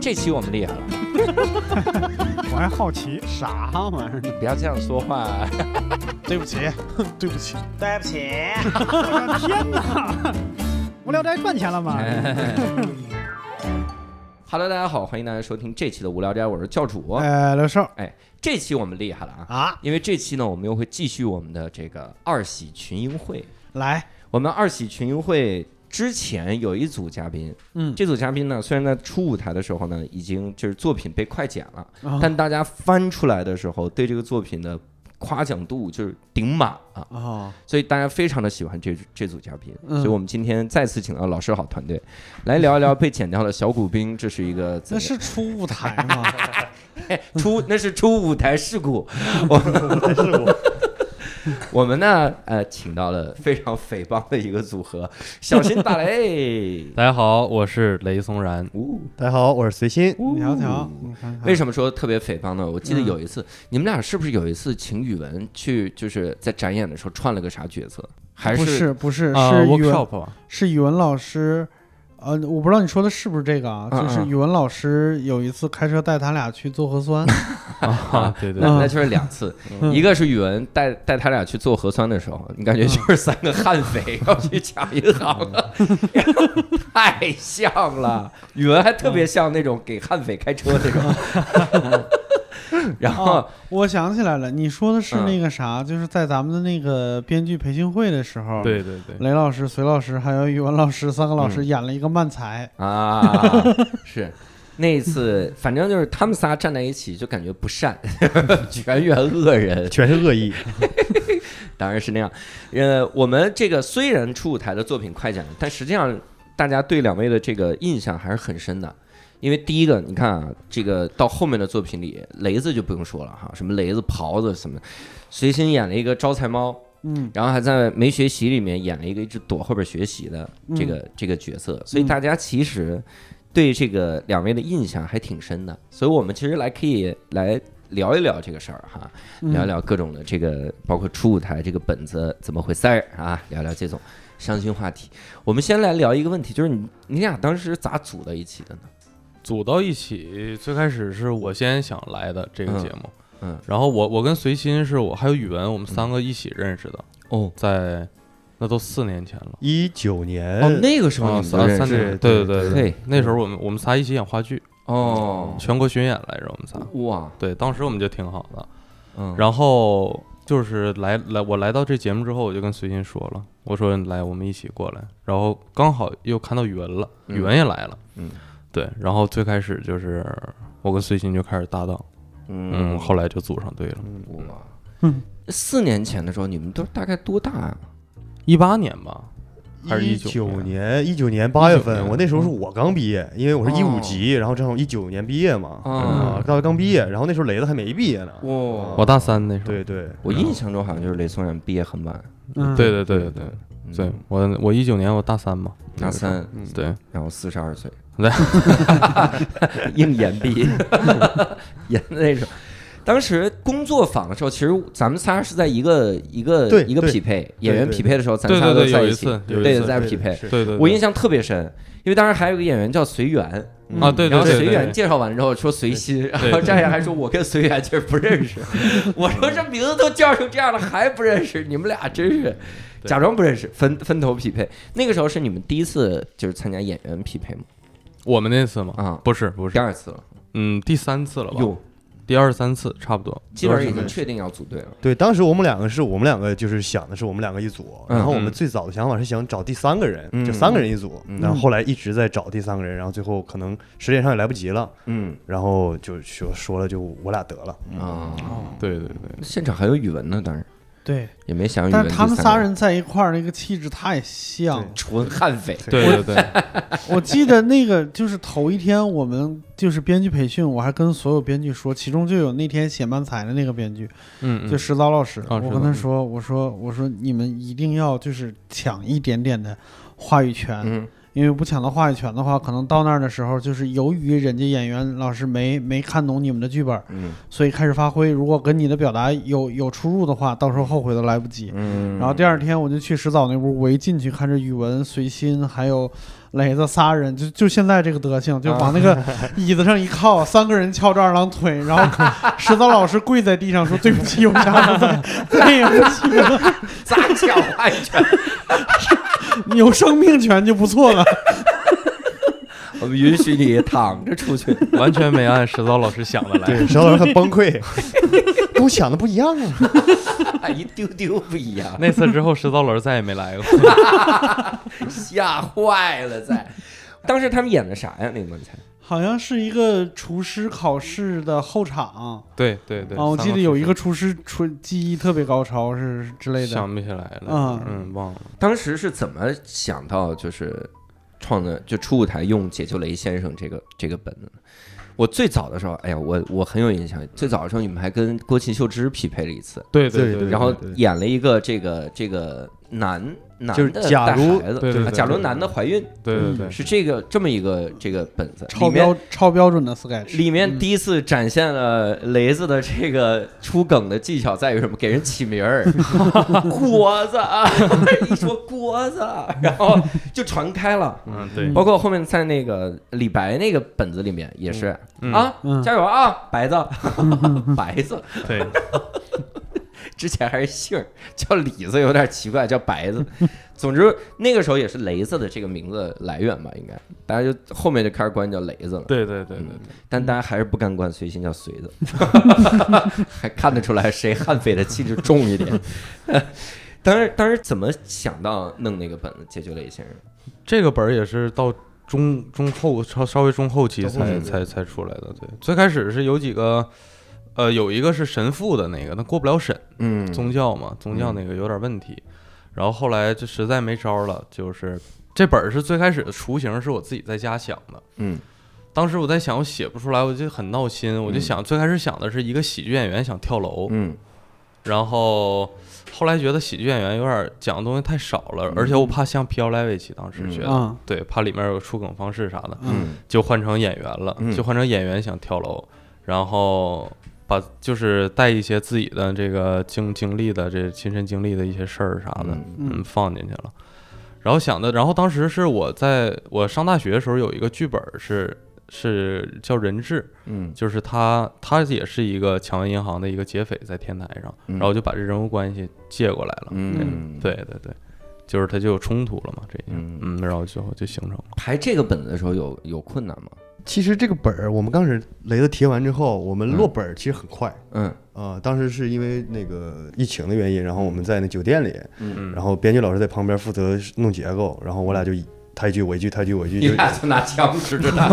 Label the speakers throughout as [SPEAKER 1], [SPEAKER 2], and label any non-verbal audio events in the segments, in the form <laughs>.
[SPEAKER 1] 这期我们厉害了，
[SPEAKER 2] 我还好奇，
[SPEAKER 3] 啥玩意儿？
[SPEAKER 1] <laughs> 不要这样说话。
[SPEAKER 4] 对不起，对不起，
[SPEAKER 5] 对不起，
[SPEAKER 2] 我的天哪！无聊斋赚钱了吗？
[SPEAKER 1] <laughs>
[SPEAKER 6] 哎
[SPEAKER 1] Hello，大家好，欢迎大家收听这期的无聊斋，我是教主。
[SPEAKER 2] 呃，刘少，
[SPEAKER 1] 哎这期我们厉害了啊！
[SPEAKER 4] 啊，
[SPEAKER 1] 因为这期呢，我们又会继续我们的这个二喜群英会。
[SPEAKER 4] 来，
[SPEAKER 1] 我们二喜群英会之前有一组嘉宾，
[SPEAKER 3] 嗯
[SPEAKER 1] 这组嘉宾呢，虽然在初舞台的时候呢，已经就是作品被快剪了，
[SPEAKER 3] 啊
[SPEAKER 1] 但大家翻出来的时候，对这个作品的夸奖度就是顶满了，
[SPEAKER 3] 哦，
[SPEAKER 1] 所以大家非常的喜欢这这组嘉宾。
[SPEAKER 3] 嗯
[SPEAKER 1] 所以我们今天再次请到老师好团队来聊一聊被剪掉的小古兵，这是一个怎
[SPEAKER 3] 那
[SPEAKER 1] 样
[SPEAKER 3] 是初舞台
[SPEAKER 5] <laughs>
[SPEAKER 3] 吗？
[SPEAKER 1] <laughs> 出哎那是出舞台事故，我们 <laughs> 我们呢呃请到了非常匪帮的一个组合，小新大雷。
[SPEAKER 7] 大家好，我是雷松然。
[SPEAKER 1] 呜
[SPEAKER 6] 大家好，我是随心。
[SPEAKER 1] 呜
[SPEAKER 3] 你瞧
[SPEAKER 5] 哦
[SPEAKER 3] 瞧，你看看，
[SPEAKER 1] 为
[SPEAKER 3] 什
[SPEAKER 1] 什么说特别匪帮呢？我记得有一次，你们俩是不是有一次请宇文去，就是在展演的时候串了个啥角色？还
[SPEAKER 2] 不是不是
[SPEAKER 7] 啊
[SPEAKER 2] 是语文
[SPEAKER 7] ，workshop
[SPEAKER 2] <laughs>
[SPEAKER 7] 吧，
[SPEAKER 2] 是语文老师，呃，我不知道你说的是不是这个啊？
[SPEAKER 1] 嗯
[SPEAKER 2] 就是
[SPEAKER 1] 嗯
[SPEAKER 2] 语文老师有一次开车带他俩去做核酸，
[SPEAKER 7] 啊，对对
[SPEAKER 1] 那
[SPEAKER 7] 对，
[SPEAKER 1] 那就是两次，
[SPEAKER 2] 嗯
[SPEAKER 1] 一个是宇文带带他俩去做核酸的时候，你感觉就是三个悍匪要去抢银行了， <laughs> 然后太像了。宇文还特别像那种给悍匪开车那种，然后
[SPEAKER 2] 哦我想起来了，你说的是
[SPEAKER 1] 嗯
[SPEAKER 2] 那个啥，就是在咱们的那个编剧培训会的时候，，
[SPEAKER 7] 对对对，
[SPEAKER 2] 雷老师、隋老师还有语文老师三个老师演了一个慢才，
[SPEAKER 1] 啊是。那一次，反正就是他们仨站在一起，就感觉不善， <laughs> 全员恶人。
[SPEAKER 6] 全是恶意，
[SPEAKER 1] <laughs> 当然是那样。呃，我们这个虽然初舞台的作品快讲，但实际上大家对两位的这个印象还是很深的。因为第一个，你看啊，这个到后面的作品里，雷子就不用说了哈，什么雷子、狍子什么，随心演了一个招财猫，
[SPEAKER 2] 嗯，
[SPEAKER 1] 然后还在没学习里面演了一个一直躲后边学习的这个、这个角色，所以大家其实对这个两位的印象还挺深的。所以我们其实来可以来聊一聊这个事儿哈，
[SPEAKER 2] 嗯
[SPEAKER 1] 聊一聊各种的这个，包括初舞台这个本子怎么回事儿啊，聊聊这种伤心话题。我们先来聊一个问题，就是你你俩当时咋组到一起的呢？
[SPEAKER 7] 组到一起，最开始是我先想来的这个节目，
[SPEAKER 1] 嗯嗯
[SPEAKER 7] 然后我我跟随心是我还有语文，我们三个一起认识的，
[SPEAKER 1] 哦
[SPEAKER 7] 在那都四年前了，
[SPEAKER 6] 一九年
[SPEAKER 1] 哦，那个时候
[SPEAKER 7] 啊，
[SPEAKER 1] 你
[SPEAKER 7] 三
[SPEAKER 1] 们就认
[SPEAKER 7] 三
[SPEAKER 1] 识
[SPEAKER 7] 年，
[SPEAKER 6] 识嗯
[SPEAKER 7] 对对对
[SPEAKER 1] 嘿
[SPEAKER 7] 对，那时候我们我们仨一起演话剧，
[SPEAKER 1] 哦，
[SPEAKER 7] 全国巡演来着，我们仨，
[SPEAKER 1] 哇，
[SPEAKER 7] 对，当时我们就挺好的，
[SPEAKER 1] 嗯，
[SPEAKER 7] 哦然后就是来来，我来到这节目之后，我就跟随心说了，我说来，我们一起过来。然后刚好又看到宇文了，
[SPEAKER 1] 嗯
[SPEAKER 7] 宇文也来了，
[SPEAKER 1] 嗯，
[SPEAKER 7] 对。然后最开始就是我跟随心就开始搭档，嗯，
[SPEAKER 1] 嗯，
[SPEAKER 7] 后来就组上队了。
[SPEAKER 1] 哇，
[SPEAKER 2] 嗯
[SPEAKER 1] 四年前的时候，你们都大概多大啊呀、
[SPEAKER 7] 一八年吧，还是
[SPEAKER 6] 一
[SPEAKER 7] 19
[SPEAKER 6] 年，一九年八月份，
[SPEAKER 7] 19
[SPEAKER 6] 我那时候是我刚毕业，因为我是一
[SPEAKER 1] 哦
[SPEAKER 6] 五级，然后正好一九年毕业嘛，
[SPEAKER 7] 嗯
[SPEAKER 1] 哦
[SPEAKER 6] 啊，刚刚毕业，然后那时候雷子还没毕业呢，
[SPEAKER 1] 哇
[SPEAKER 7] 我大三那时候。
[SPEAKER 6] 对对，
[SPEAKER 1] 我印象中好像就是雷松冉毕业很晚，
[SPEAKER 2] 嗯，
[SPEAKER 7] 对对对对对，
[SPEAKER 1] 嗯
[SPEAKER 7] 对我我一九年我大三嘛，
[SPEAKER 1] 大三，
[SPEAKER 6] 嗯
[SPEAKER 7] 对，
[SPEAKER 1] 然后四十二岁
[SPEAKER 7] <laughs> 对，
[SPEAKER 1] <laughs> 硬延毕， <laughs> 延的那种。当时工作坊的时候，其实咱们仨是在一个一个
[SPEAKER 6] 对
[SPEAKER 1] 一个
[SPEAKER 6] 对
[SPEAKER 1] 匹配演员
[SPEAKER 6] 对对
[SPEAKER 1] 匹配的时候，咱
[SPEAKER 7] 对
[SPEAKER 1] 仨
[SPEAKER 7] 对
[SPEAKER 1] 都
[SPEAKER 7] 对，
[SPEAKER 1] 在
[SPEAKER 7] 有
[SPEAKER 1] 一
[SPEAKER 7] 一
[SPEAKER 1] 起
[SPEAKER 7] 次，，有一
[SPEAKER 1] 对
[SPEAKER 7] 次，
[SPEAKER 1] 在
[SPEAKER 6] 对
[SPEAKER 1] 匹配。
[SPEAKER 6] 是
[SPEAKER 7] 对对，
[SPEAKER 1] 我印象特别深，因为当时还有一个演员叫随缘，
[SPEAKER 7] 啊，
[SPEAKER 6] 嗯
[SPEAKER 7] 对
[SPEAKER 1] 然
[SPEAKER 7] 对
[SPEAKER 1] 后
[SPEAKER 7] 对，
[SPEAKER 1] 随
[SPEAKER 7] 对
[SPEAKER 1] 缘介绍完之后说随心，然后
[SPEAKER 7] 对
[SPEAKER 1] 张岩还说我跟随缘其实不认
[SPEAKER 7] <laughs>
[SPEAKER 1] 识，我说这名字都叫成这样了还不认识，你们俩真是
[SPEAKER 7] 对
[SPEAKER 1] 假装不认识，分分头匹配。那个时候是你们第一次就是参加演员匹配吗？
[SPEAKER 7] 我们那次嘛，
[SPEAKER 1] 啊
[SPEAKER 7] 不是不
[SPEAKER 1] 第
[SPEAKER 7] 是，
[SPEAKER 1] 二次了，
[SPEAKER 7] 嗯，第三次了吧，
[SPEAKER 1] 哟，
[SPEAKER 7] 第二三次差不多，
[SPEAKER 1] 基本上已
[SPEAKER 6] 有点
[SPEAKER 1] 经
[SPEAKER 6] 儿
[SPEAKER 1] 确定要组队了。
[SPEAKER 6] 对，当时我们两个是我们两个就是想的是我们两个一组，
[SPEAKER 1] 嗯
[SPEAKER 6] 然后我们最早的想法是想找第三个人，
[SPEAKER 1] 嗯
[SPEAKER 6] 就三个人一组
[SPEAKER 1] 嗯，
[SPEAKER 6] 然后后来一直在找第三个人，然后最后可能时间上也来不及了，
[SPEAKER 1] 嗯
[SPEAKER 6] 然后就就说了就我俩得了，
[SPEAKER 1] 啊，
[SPEAKER 7] 对对对，
[SPEAKER 1] 现场还有语文呢，当时
[SPEAKER 2] 对，
[SPEAKER 1] 也没想语文
[SPEAKER 2] 但
[SPEAKER 1] 第
[SPEAKER 2] 是
[SPEAKER 1] 三个。
[SPEAKER 2] 他们仨人在一块儿那个气质太像了
[SPEAKER 6] 对。
[SPEAKER 1] 纯悍匪，
[SPEAKER 7] 对对 <laughs> 对，
[SPEAKER 2] 我记得那个就是头一天我们就是编剧培训，我还跟所有编剧说，其中就有那天写漫才的那个编剧，
[SPEAKER 7] 嗯，
[SPEAKER 2] 就石刀老师，
[SPEAKER 7] 啊
[SPEAKER 2] 我
[SPEAKER 7] 石
[SPEAKER 2] 跟
[SPEAKER 7] 刀
[SPEAKER 2] 他
[SPEAKER 7] 嗯
[SPEAKER 2] 说，我说我说你们一定要就是抢一点点的话语权，
[SPEAKER 1] 嗯，
[SPEAKER 2] 因为不抢到话语权的话，可能到那儿的时候，就是由于人家演员老师没没看懂你们的剧本，
[SPEAKER 1] 嗯
[SPEAKER 2] 所以开始发挥，如果跟你的表达有有出入的话，到时候后悔都来不及。
[SPEAKER 1] 嗯，
[SPEAKER 2] 然后第二天我就去石藻那屋，我一进去看着宇文、随心还有雷子仨人，就就现在这个德行，就往那个椅子上一靠，三个人翘着二郎腿，然后石藻老师跪在地上说：“对不起，我啥都在，对不起了，
[SPEAKER 1] 咋抢话语权？
[SPEAKER 2] 你有生命权就不错了。
[SPEAKER 1] <laughs> 我们允许你躺着出去。
[SPEAKER 7] <laughs> 完全没按石藻老师想的来。
[SPEAKER 6] 对，石头老师很崩溃， <laughs> 跟我想的不一样啊。
[SPEAKER 1] 哎，一丢丢不一样，
[SPEAKER 7] <laughs> 那次之后，石藻老师再也没来过。
[SPEAKER 1] 吓坏了在。当时他们演的啥呀？那个棺材？”
[SPEAKER 2] 好像是一个厨师考试的后场
[SPEAKER 7] <laughs> 对对对，
[SPEAKER 2] 啊，我
[SPEAKER 7] 三
[SPEAKER 2] 记得有一个
[SPEAKER 7] 厨
[SPEAKER 2] 厨师厨记忆特别高超是之类
[SPEAKER 7] 师
[SPEAKER 2] 的。
[SPEAKER 7] 想不起来了
[SPEAKER 2] 嗯，
[SPEAKER 7] 嗯，忘了。
[SPEAKER 1] 当时是怎么想到就是创的就初舞台用《解救雷先生》这个这个本的呢？我最早的时候，哎呀，我我很有印象。最早的时候，你们还跟郭秦秀芝匹配了一次，
[SPEAKER 7] 对
[SPEAKER 6] 对
[SPEAKER 7] 对，
[SPEAKER 1] 然后
[SPEAKER 6] 对对
[SPEAKER 1] 演了一个这个这个男男
[SPEAKER 6] 就是
[SPEAKER 1] 的
[SPEAKER 6] 假
[SPEAKER 1] 带
[SPEAKER 6] 如
[SPEAKER 1] 孩子，
[SPEAKER 7] 对对
[SPEAKER 1] 啊
[SPEAKER 7] 对
[SPEAKER 1] 假如
[SPEAKER 7] 对
[SPEAKER 1] 男的怀孕
[SPEAKER 7] 对对对，
[SPEAKER 1] 是这个这么一个这个本子，
[SPEAKER 2] 超
[SPEAKER 1] 里面
[SPEAKER 2] 标超标准的 sketch，
[SPEAKER 1] 里
[SPEAKER 7] 嗯
[SPEAKER 1] 面第一次展现了雷子的这个出梗的技巧在于什么？给人起名
[SPEAKER 7] <laughs>
[SPEAKER 1] 儿，果子啊， <laughs> 一说果子，啊然后就传开了。
[SPEAKER 7] 嗯对，
[SPEAKER 1] 包括后面在那个李白那个本子里面也是、
[SPEAKER 7] 嗯
[SPEAKER 1] 啊，
[SPEAKER 2] 嗯
[SPEAKER 1] 加油啊，白
[SPEAKER 7] <laughs>
[SPEAKER 1] 子，白子，
[SPEAKER 7] 对，
[SPEAKER 1] 之前还是姓儿叫李子有点奇怪，叫白子。总之那个时候也是雷子的这个名字来源吧，应该大家就后面就开始管你叫雷子了。
[SPEAKER 7] 对对对对
[SPEAKER 1] 但大家还是不敢管随心叫随
[SPEAKER 7] <laughs>
[SPEAKER 1] 子， <laughs> 还看得出来谁悍匪的气质重一点。 <laughs> 当时当时怎么想到弄那个本子解决雷先生？
[SPEAKER 7] 这个本儿也是到中中后稍稍微中后期
[SPEAKER 6] 中后期
[SPEAKER 7] 才才才出来的。对，最开始是有几个，呃，有一个是神父的那个，那过不了审，
[SPEAKER 1] 嗯
[SPEAKER 7] 宗教嘛，宗教那个有点问题。然后后来就实在没招儿了，就是这本儿是最开始的雏形是我自己在家想的。
[SPEAKER 1] 嗯
[SPEAKER 7] 当时我在想，我写不出来，我就很闹心。我就想，最开始想的是一个喜剧演员想跳楼，
[SPEAKER 1] 嗯
[SPEAKER 7] 然后后来觉得喜剧演员有点讲的东西太少了，
[SPEAKER 1] 嗯
[SPEAKER 7] 而且我怕像皮奥莱维奇当时觉得，
[SPEAKER 2] 嗯
[SPEAKER 7] 对，怕里面有出梗方式啥的，
[SPEAKER 1] 嗯
[SPEAKER 7] 就换成演员了，
[SPEAKER 1] 嗯
[SPEAKER 7] 就换成演员想跳楼，然后把就是带一些自己的这个经经历的这亲身经历的一些事儿啥的，
[SPEAKER 1] 嗯
[SPEAKER 2] 嗯
[SPEAKER 7] 嗯，放进去了。然后想的，然后当时是我在我上大学的时候有一个剧本是是叫人质，
[SPEAKER 1] 嗯
[SPEAKER 7] 就是他他也是一个抢完银行的一个劫匪在天台上，
[SPEAKER 1] 嗯
[SPEAKER 7] 然后我就把这人物关系借过来了，
[SPEAKER 1] 嗯，
[SPEAKER 7] 对对对，就是他就有冲突了嘛，这已经
[SPEAKER 1] 嗯，
[SPEAKER 7] 嗯，然后最后就形成了，
[SPEAKER 1] 排这个本子的时候有有困难吗？
[SPEAKER 6] 其实这个本儿，我们刚开始雷子提完之后，我们落本儿其实很快。
[SPEAKER 1] 嗯
[SPEAKER 6] 啊、当时是因为那个疫情的原因，然后我们在那酒店里，
[SPEAKER 1] 嗯，
[SPEAKER 6] 然后编剧老师在旁边负责弄结构，然后我俩就一他一句我一句，他一句我一句，
[SPEAKER 1] 你 <laughs>
[SPEAKER 6] 就
[SPEAKER 1] 俩就拿枪指着他， <laughs>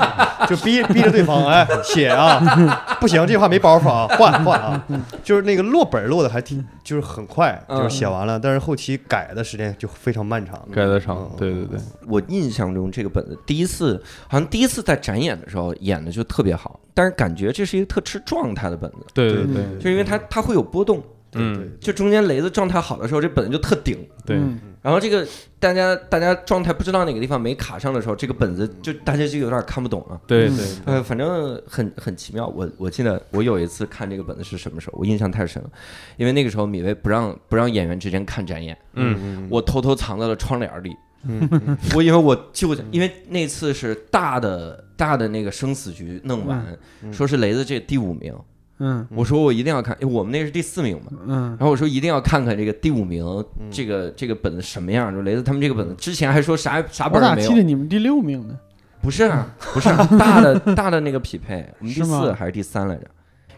[SPEAKER 6] <laughs> 就逼逼着对方哎写啊，不行，这话没包袱啊，换换啊，就是那个落本儿落的还挺，就是很快，就是写完
[SPEAKER 7] 嗯
[SPEAKER 6] 了，但是后期改的时间就非常漫长。嗯
[SPEAKER 7] 盖德
[SPEAKER 6] 场
[SPEAKER 1] 哦
[SPEAKER 7] 场，对对对，
[SPEAKER 1] 我印象中这个本子第一次好像第一次在展演的时候演的就特别好，但是感觉这是一个特吃状态的本子，
[SPEAKER 7] 对
[SPEAKER 6] 对
[SPEAKER 7] 对对，
[SPEAKER 1] 就是因为它它会有波动，
[SPEAKER 6] 对
[SPEAKER 7] 嗯，
[SPEAKER 6] 对
[SPEAKER 1] 就中间雷子状态好的时候，这本子就特顶。
[SPEAKER 7] 对，
[SPEAKER 2] 嗯
[SPEAKER 1] 然后这个大家大家状态不知道哪个地方没卡上的时候，这个本子就大家就有点看不懂了、
[SPEAKER 7] 对
[SPEAKER 2] 嗯
[SPEAKER 7] 对，
[SPEAKER 1] 呃，反正很很奇妙。我我记得我有一次看这个本子是什么时候，我印象太深了，因为那个时候米薇不让不让演员之间看展演，
[SPEAKER 7] 嗯，
[SPEAKER 1] 我偷偷藏在了窗帘里。
[SPEAKER 2] 嗯
[SPEAKER 1] <laughs> 我以为我就因为那次是大的大的那个生死局弄完，说是雷子这第五名，
[SPEAKER 2] 嗯
[SPEAKER 1] 我说我一定要看，因哎为我们那是第四名嘛。
[SPEAKER 2] 嗯
[SPEAKER 1] 然后我说一定要看看这个第五名，这个这个本子什么样？就雷子他们这个本子之前还说啥啥
[SPEAKER 2] 我
[SPEAKER 1] 本
[SPEAKER 2] 咋
[SPEAKER 1] 儿没
[SPEAKER 2] 记
[SPEAKER 1] 有
[SPEAKER 2] 得，你们第六名呢？
[SPEAKER 1] 不是啊不是啊大的大的那个匹配，我们第
[SPEAKER 2] 是吗
[SPEAKER 1] 四还是第三来着？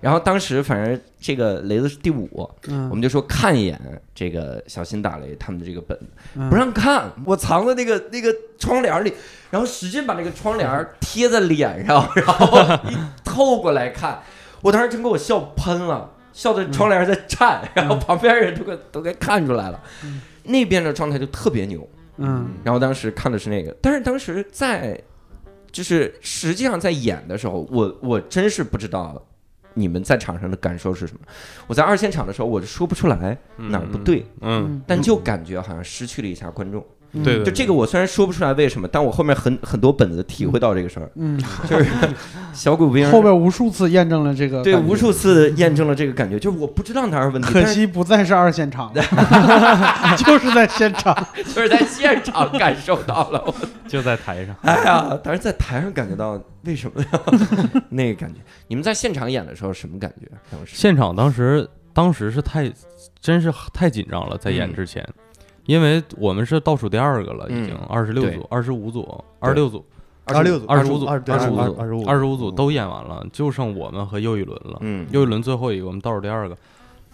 [SPEAKER 1] 然后当时反正这个雷子是第五，
[SPEAKER 2] 嗯
[SPEAKER 1] 我们就说看一眼这个小心打雷他们的这个本子，
[SPEAKER 2] 嗯
[SPEAKER 1] 不让看，我藏在那个那个窗帘里，然后使劲把那个窗帘贴在脸上， <laughs> 然后一透过来看，我当时真给我笑喷了，笑的窗帘在颤，然后旁边人都给都给看出来了，那边的状态就特别牛，
[SPEAKER 2] 嗯
[SPEAKER 1] 然后当时看的是那个，但是当时在就是实际上在演的时候，我我真是不知道你们在场上的感受是什么。我在二现场的时候，我就说不出来哪儿不对，
[SPEAKER 7] 嗯，
[SPEAKER 1] 但就感觉好像失去了一下观众。
[SPEAKER 2] 嗯
[SPEAKER 7] 对对
[SPEAKER 1] 就这个，我虽然说不出来为什么，但我后面很很多本子体会到这个事儿，
[SPEAKER 2] 嗯，
[SPEAKER 1] 就是小骨兵
[SPEAKER 2] 后边无数次验证了这个感觉，
[SPEAKER 1] 对无数次验证了这个感觉，就是我不知道哪儿有问题，
[SPEAKER 2] 可惜不再是二
[SPEAKER 1] <laughs>
[SPEAKER 2] 现场了，就是在现场。
[SPEAKER 1] 但是就是在现场感受到了。我。
[SPEAKER 7] 就在台上
[SPEAKER 1] <laughs> 哎呀，但是在台上感觉到为什么呀？ <laughs> 那个感觉，你们在现场演的时候什么感觉？当时
[SPEAKER 7] 现场当时当时是太真是太紧张了，在演
[SPEAKER 1] 嗯
[SPEAKER 7] 之前，因为我们是倒数第二个了，已经
[SPEAKER 1] 嗯
[SPEAKER 7] 二十六
[SPEAKER 1] 对
[SPEAKER 7] 组、二十五组、
[SPEAKER 1] 对
[SPEAKER 7] 二十六组、
[SPEAKER 6] 二六组、
[SPEAKER 7] 二十五组、
[SPEAKER 6] 二
[SPEAKER 7] 二十五组、
[SPEAKER 6] 二十五、嗯
[SPEAKER 7] 二十五组都演完了，就剩我们和又一轮了。
[SPEAKER 1] 嗯，
[SPEAKER 7] 又一轮最后一个，我们倒数第二个，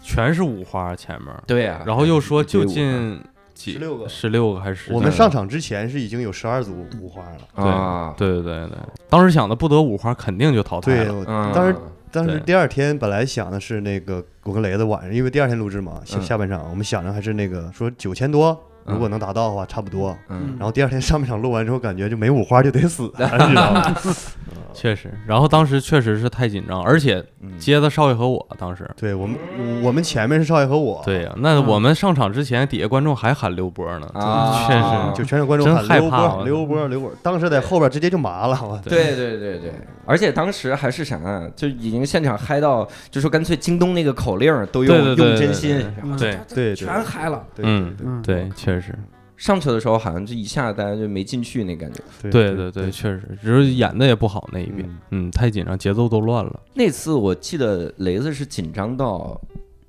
[SPEAKER 7] 全是五花前面，
[SPEAKER 1] 对啊呀、
[SPEAKER 7] 然后又说就
[SPEAKER 1] 对
[SPEAKER 7] 进几
[SPEAKER 6] 16个
[SPEAKER 7] 十六个还是嗯十几个？
[SPEAKER 6] 我们上场之前是已经有十二组五花了，
[SPEAKER 1] 啊，
[SPEAKER 7] 对对对对，当时想的不得五花肯定就淘汰
[SPEAKER 6] 对，
[SPEAKER 7] 了。
[SPEAKER 6] 我
[SPEAKER 1] 嗯，
[SPEAKER 6] 当时当时
[SPEAKER 7] 对
[SPEAKER 6] 第二天本来想的是那个我跟雷子晚上，因为第二天录制嘛，下
[SPEAKER 1] 嗯
[SPEAKER 6] 下半场我们想着还是那个说九千多，
[SPEAKER 1] 嗯
[SPEAKER 6] 如果能达到的话差不多。
[SPEAKER 1] 嗯，
[SPEAKER 6] 然后第二天上半场录完之后，感觉就没五花就得
[SPEAKER 7] <laughs>
[SPEAKER 6] 死，你知道吗？
[SPEAKER 7] 确实。然后当时确实是太紧张，而且
[SPEAKER 1] 嗯
[SPEAKER 7] 接的少爷和我当时。
[SPEAKER 6] 对我们我们前面是少爷和我，
[SPEAKER 7] 对呀、那我们上场之前，底下观众还喊刘波呢，
[SPEAKER 1] 哦啊
[SPEAKER 7] 确实
[SPEAKER 6] 就全场观众
[SPEAKER 7] 真
[SPEAKER 6] 喊
[SPEAKER 7] 害
[SPEAKER 6] 刘
[SPEAKER 7] 怕
[SPEAKER 6] 波
[SPEAKER 7] 了
[SPEAKER 6] 刘波刘波，当时在后边直接就麻了，
[SPEAKER 7] <laughs>
[SPEAKER 6] 我
[SPEAKER 1] 对对对对，而且当时还是啥啊，就已经现场嗨到，就说干脆京东那个口令儿都用
[SPEAKER 7] 对对对
[SPEAKER 1] 用真
[SPEAKER 7] 对
[SPEAKER 1] 心，
[SPEAKER 7] 对
[SPEAKER 1] 然后
[SPEAKER 7] 对
[SPEAKER 6] 对对
[SPEAKER 1] 全嗨了。
[SPEAKER 6] 对
[SPEAKER 7] 嗯
[SPEAKER 6] 对
[SPEAKER 2] 嗯，
[SPEAKER 7] 对，确实，
[SPEAKER 1] 上去的时候好像就一下大家就没进去那感觉。
[SPEAKER 6] 对
[SPEAKER 7] 对对对，确实，只是演的也不好那一遍
[SPEAKER 6] 嗯，
[SPEAKER 7] 嗯，太紧张，节奏都乱了，
[SPEAKER 1] 那次我记得雷子是紧张到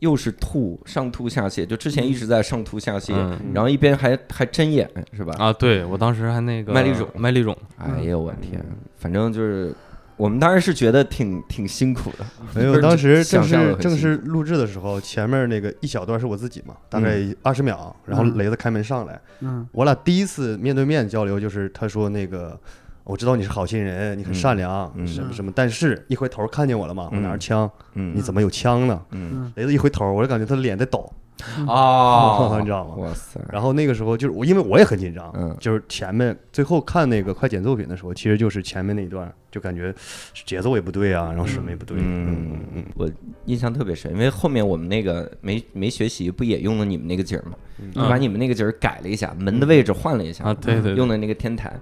[SPEAKER 1] 又是吐上吐下泻，就之前一直在上吐下泻，
[SPEAKER 7] 嗯
[SPEAKER 1] 然后一边还还真演是吧？
[SPEAKER 7] 啊，对我当时还那个
[SPEAKER 1] 麦粒肿
[SPEAKER 7] 麦啊粒肿，
[SPEAKER 1] 哎呦我天，反正就是我们当时是觉得挺挺辛苦的，
[SPEAKER 6] 没
[SPEAKER 1] 就
[SPEAKER 6] 有，
[SPEAKER 1] 是
[SPEAKER 6] 当时正
[SPEAKER 1] 想象
[SPEAKER 6] 式
[SPEAKER 1] 得很
[SPEAKER 6] 正
[SPEAKER 1] 辛
[SPEAKER 6] 式录制的时候，前面那个一小段是我自己嘛，大概
[SPEAKER 7] 嗯
[SPEAKER 6] 二十秒，然后雷子开门上来，
[SPEAKER 2] 嗯
[SPEAKER 6] 我俩第一次面对面交流，就是他说那个。我知道你是好心人，你很善良，
[SPEAKER 1] 嗯嗯
[SPEAKER 6] 什么什么，但是一回头看见我了嘛，我
[SPEAKER 1] 嗯
[SPEAKER 6] 拿着枪，
[SPEAKER 1] 嗯
[SPEAKER 6] 你怎么有枪呢？
[SPEAKER 1] 嗯
[SPEAKER 2] 嗯
[SPEAKER 6] 雷子一回头，我就感觉他脸在抖，
[SPEAKER 7] 啊
[SPEAKER 1] 哦
[SPEAKER 6] <laughs> 你知道吗
[SPEAKER 1] 哇塞，
[SPEAKER 6] 然后那个时候就是我，因为我也很紧张，
[SPEAKER 1] 嗯
[SPEAKER 6] 就是前面最后看那个快剪作品的时候，其实就是前面那一段，就感觉节奏也不对啊，然后什么也不对，
[SPEAKER 1] 嗯
[SPEAKER 6] 嗯
[SPEAKER 1] 我印象特别深，因为后面我们那个没没学习，不也用了你们那个景儿吗？我把你们那个景儿改了一下，门的位置换了一下
[SPEAKER 7] 嗯啊对对对
[SPEAKER 1] 用的那个天台。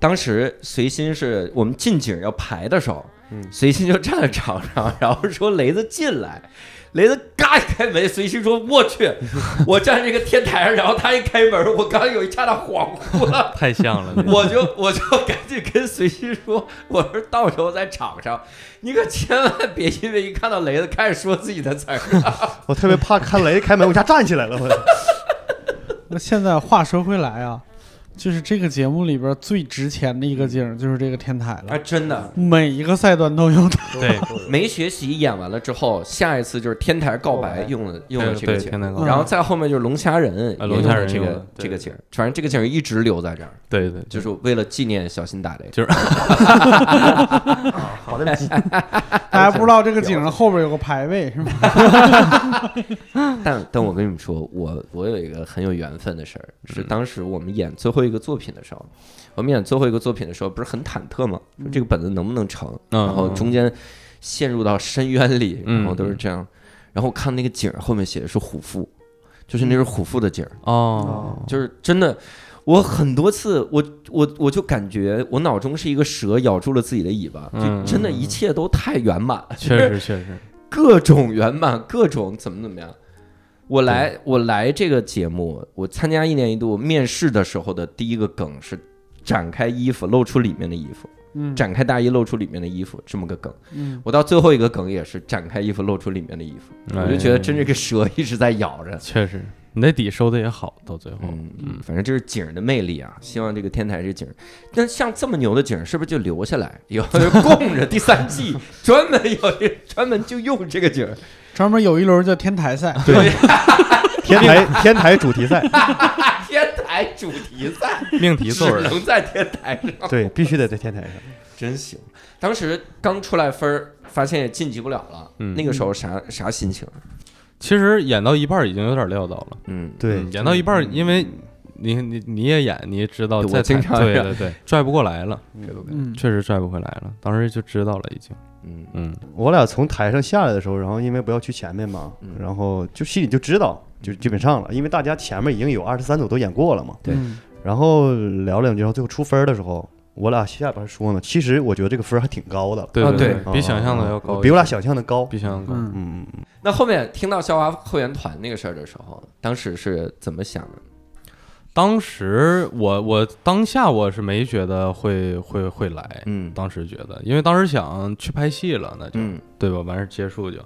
[SPEAKER 1] 当时随心是我们进景要排的时候，
[SPEAKER 7] 嗯
[SPEAKER 1] 随心就站在场上，然后说雷子进来。雷子嘎一开门，随心说：“我
[SPEAKER 7] <laughs>
[SPEAKER 1] 去，我站这个天台上，然后他一开门，我刚有一刹那恍惚了，
[SPEAKER 7] 太像了，那
[SPEAKER 1] <laughs>
[SPEAKER 7] 个
[SPEAKER 1] 我就我就赶紧跟随心说，我说到时候在场上，你可千万别因为一看到雷子开始说自己的词
[SPEAKER 7] <laughs>
[SPEAKER 1] 儿。
[SPEAKER 6] 我特别怕看雷开门，我一下站起来了，我。
[SPEAKER 2] 那现在话说回来啊，就是这个节目里边最值钱的一个景儿就是这个天台
[SPEAKER 1] 啊，
[SPEAKER 2] 了，
[SPEAKER 1] 真的，
[SPEAKER 2] 每一个赛段都
[SPEAKER 1] <laughs>
[SPEAKER 2] 有它。
[SPEAKER 7] 对
[SPEAKER 1] 没学习演完了之后，下一次就是天台告白用了用了这个
[SPEAKER 7] 对
[SPEAKER 1] 景
[SPEAKER 7] 天
[SPEAKER 1] 儿，
[SPEAKER 7] 台高
[SPEAKER 2] 嗯
[SPEAKER 1] 然后再后面就是龙虾人
[SPEAKER 7] 啊
[SPEAKER 1] 也用
[SPEAKER 7] 龙虾
[SPEAKER 1] 了
[SPEAKER 7] 人
[SPEAKER 1] 这
[SPEAKER 7] 用
[SPEAKER 1] 个
[SPEAKER 7] 了对
[SPEAKER 1] 这个景儿，反正这个景儿一直留在这儿，
[SPEAKER 7] 对对，
[SPEAKER 1] 就是为了纪念小心打雷。
[SPEAKER 2] 大家不知道这个景儿后边有个排位
[SPEAKER 1] <laughs>
[SPEAKER 2] 是吗？
[SPEAKER 1] 但但我跟你们说，我我有一个很有缘分的事儿，
[SPEAKER 7] 嗯
[SPEAKER 1] 是当时我们演最后一个作品的时候，我们演最后一个作品的时候，不是很忐忑吗？说这个本子能不能成？
[SPEAKER 7] 嗯
[SPEAKER 1] 然后中间陷入到深渊里，
[SPEAKER 7] 嗯
[SPEAKER 1] 然后都是这样。然后看那个景儿后面写的是虎父，就是
[SPEAKER 7] 嗯
[SPEAKER 1] 那是虎父的景儿，
[SPEAKER 7] 哦，
[SPEAKER 1] 就是真的。我很多次，我我我就感觉我脑中是一个蛇咬住了自己的尾巴，就
[SPEAKER 7] 嗯
[SPEAKER 1] 真的一切都太圆满了，
[SPEAKER 7] 确实确实，
[SPEAKER 1] 各种圆满，各种怎么怎么样。我来，我来这个节目，我参加一年一度面试的时候的第一个梗是展开衣服，露出里面的衣服，
[SPEAKER 2] 嗯
[SPEAKER 1] 展开大衣，露出里面的衣服，这么个梗。
[SPEAKER 2] 嗯，
[SPEAKER 1] 我到最后一个梗也是展开衣服，露出里面的衣服，我就觉得真
[SPEAKER 7] 哎
[SPEAKER 1] 是个蛇一直在咬着。
[SPEAKER 7] 确实，你那底收的也好，到最后，
[SPEAKER 1] 嗯，反正这是景儿的魅力啊！希望这个天台这景儿，但像这么牛的景儿，是不是就留下来，以后就供着第三季， <laughs> 专门有一专门就用这个景儿？
[SPEAKER 2] 专门有一轮叫天台赛，
[SPEAKER 1] 对，
[SPEAKER 6] 天台天台主题赛，
[SPEAKER 1] 天台主题赛
[SPEAKER 7] 命题
[SPEAKER 1] 只
[SPEAKER 7] 作文，
[SPEAKER 1] 能在天台上，
[SPEAKER 6] 对，必须得在天台上。
[SPEAKER 1] 真行！当时刚出来分儿，发现也晋级不了了，
[SPEAKER 7] 嗯
[SPEAKER 1] 那个时候啥啥心情？
[SPEAKER 7] 其实演到一半儿已经有点料到了，
[SPEAKER 1] 嗯，
[SPEAKER 6] 对
[SPEAKER 7] 嗯，演到一半儿，因为你你你也演，你也知道
[SPEAKER 1] 对
[SPEAKER 7] 在
[SPEAKER 1] 我经
[SPEAKER 7] 台
[SPEAKER 1] 常
[SPEAKER 7] 对
[SPEAKER 1] 演
[SPEAKER 7] 对
[SPEAKER 1] <laughs>
[SPEAKER 7] 对，拽不过来了，
[SPEAKER 1] 这个感觉
[SPEAKER 2] 嗯，
[SPEAKER 7] 确实拽不回来了，当时就知道了已经，
[SPEAKER 1] 嗯
[SPEAKER 7] 嗯，
[SPEAKER 6] 我俩从台上下来的时候，然后因为不要去前面嘛
[SPEAKER 1] 嗯，
[SPEAKER 6] 然后就心里就知道，就基本上了，因为大家前面已经有二十三组都演过了嘛，
[SPEAKER 1] 对
[SPEAKER 2] 嗯
[SPEAKER 6] 然后聊两句，然后最后出分儿的时候，我俩下边说呢，其实我觉得这个分儿还挺高的，
[SPEAKER 7] 对
[SPEAKER 1] 啊
[SPEAKER 7] 对，
[SPEAKER 6] 啊
[SPEAKER 7] 比想象的要高一些，
[SPEAKER 6] 比我俩想象的高。
[SPEAKER 7] 比想象高。
[SPEAKER 2] 嗯，
[SPEAKER 6] 嗯，嗯
[SPEAKER 1] 那后面听到校花后援团那个事儿的时候，当时是怎么想的？
[SPEAKER 7] 当时我我当下我是没觉得会会会来，
[SPEAKER 1] 嗯
[SPEAKER 7] 当时觉得，因为当时想去拍戏了，那就、
[SPEAKER 1] 嗯
[SPEAKER 7] 对吧？完事儿结束就，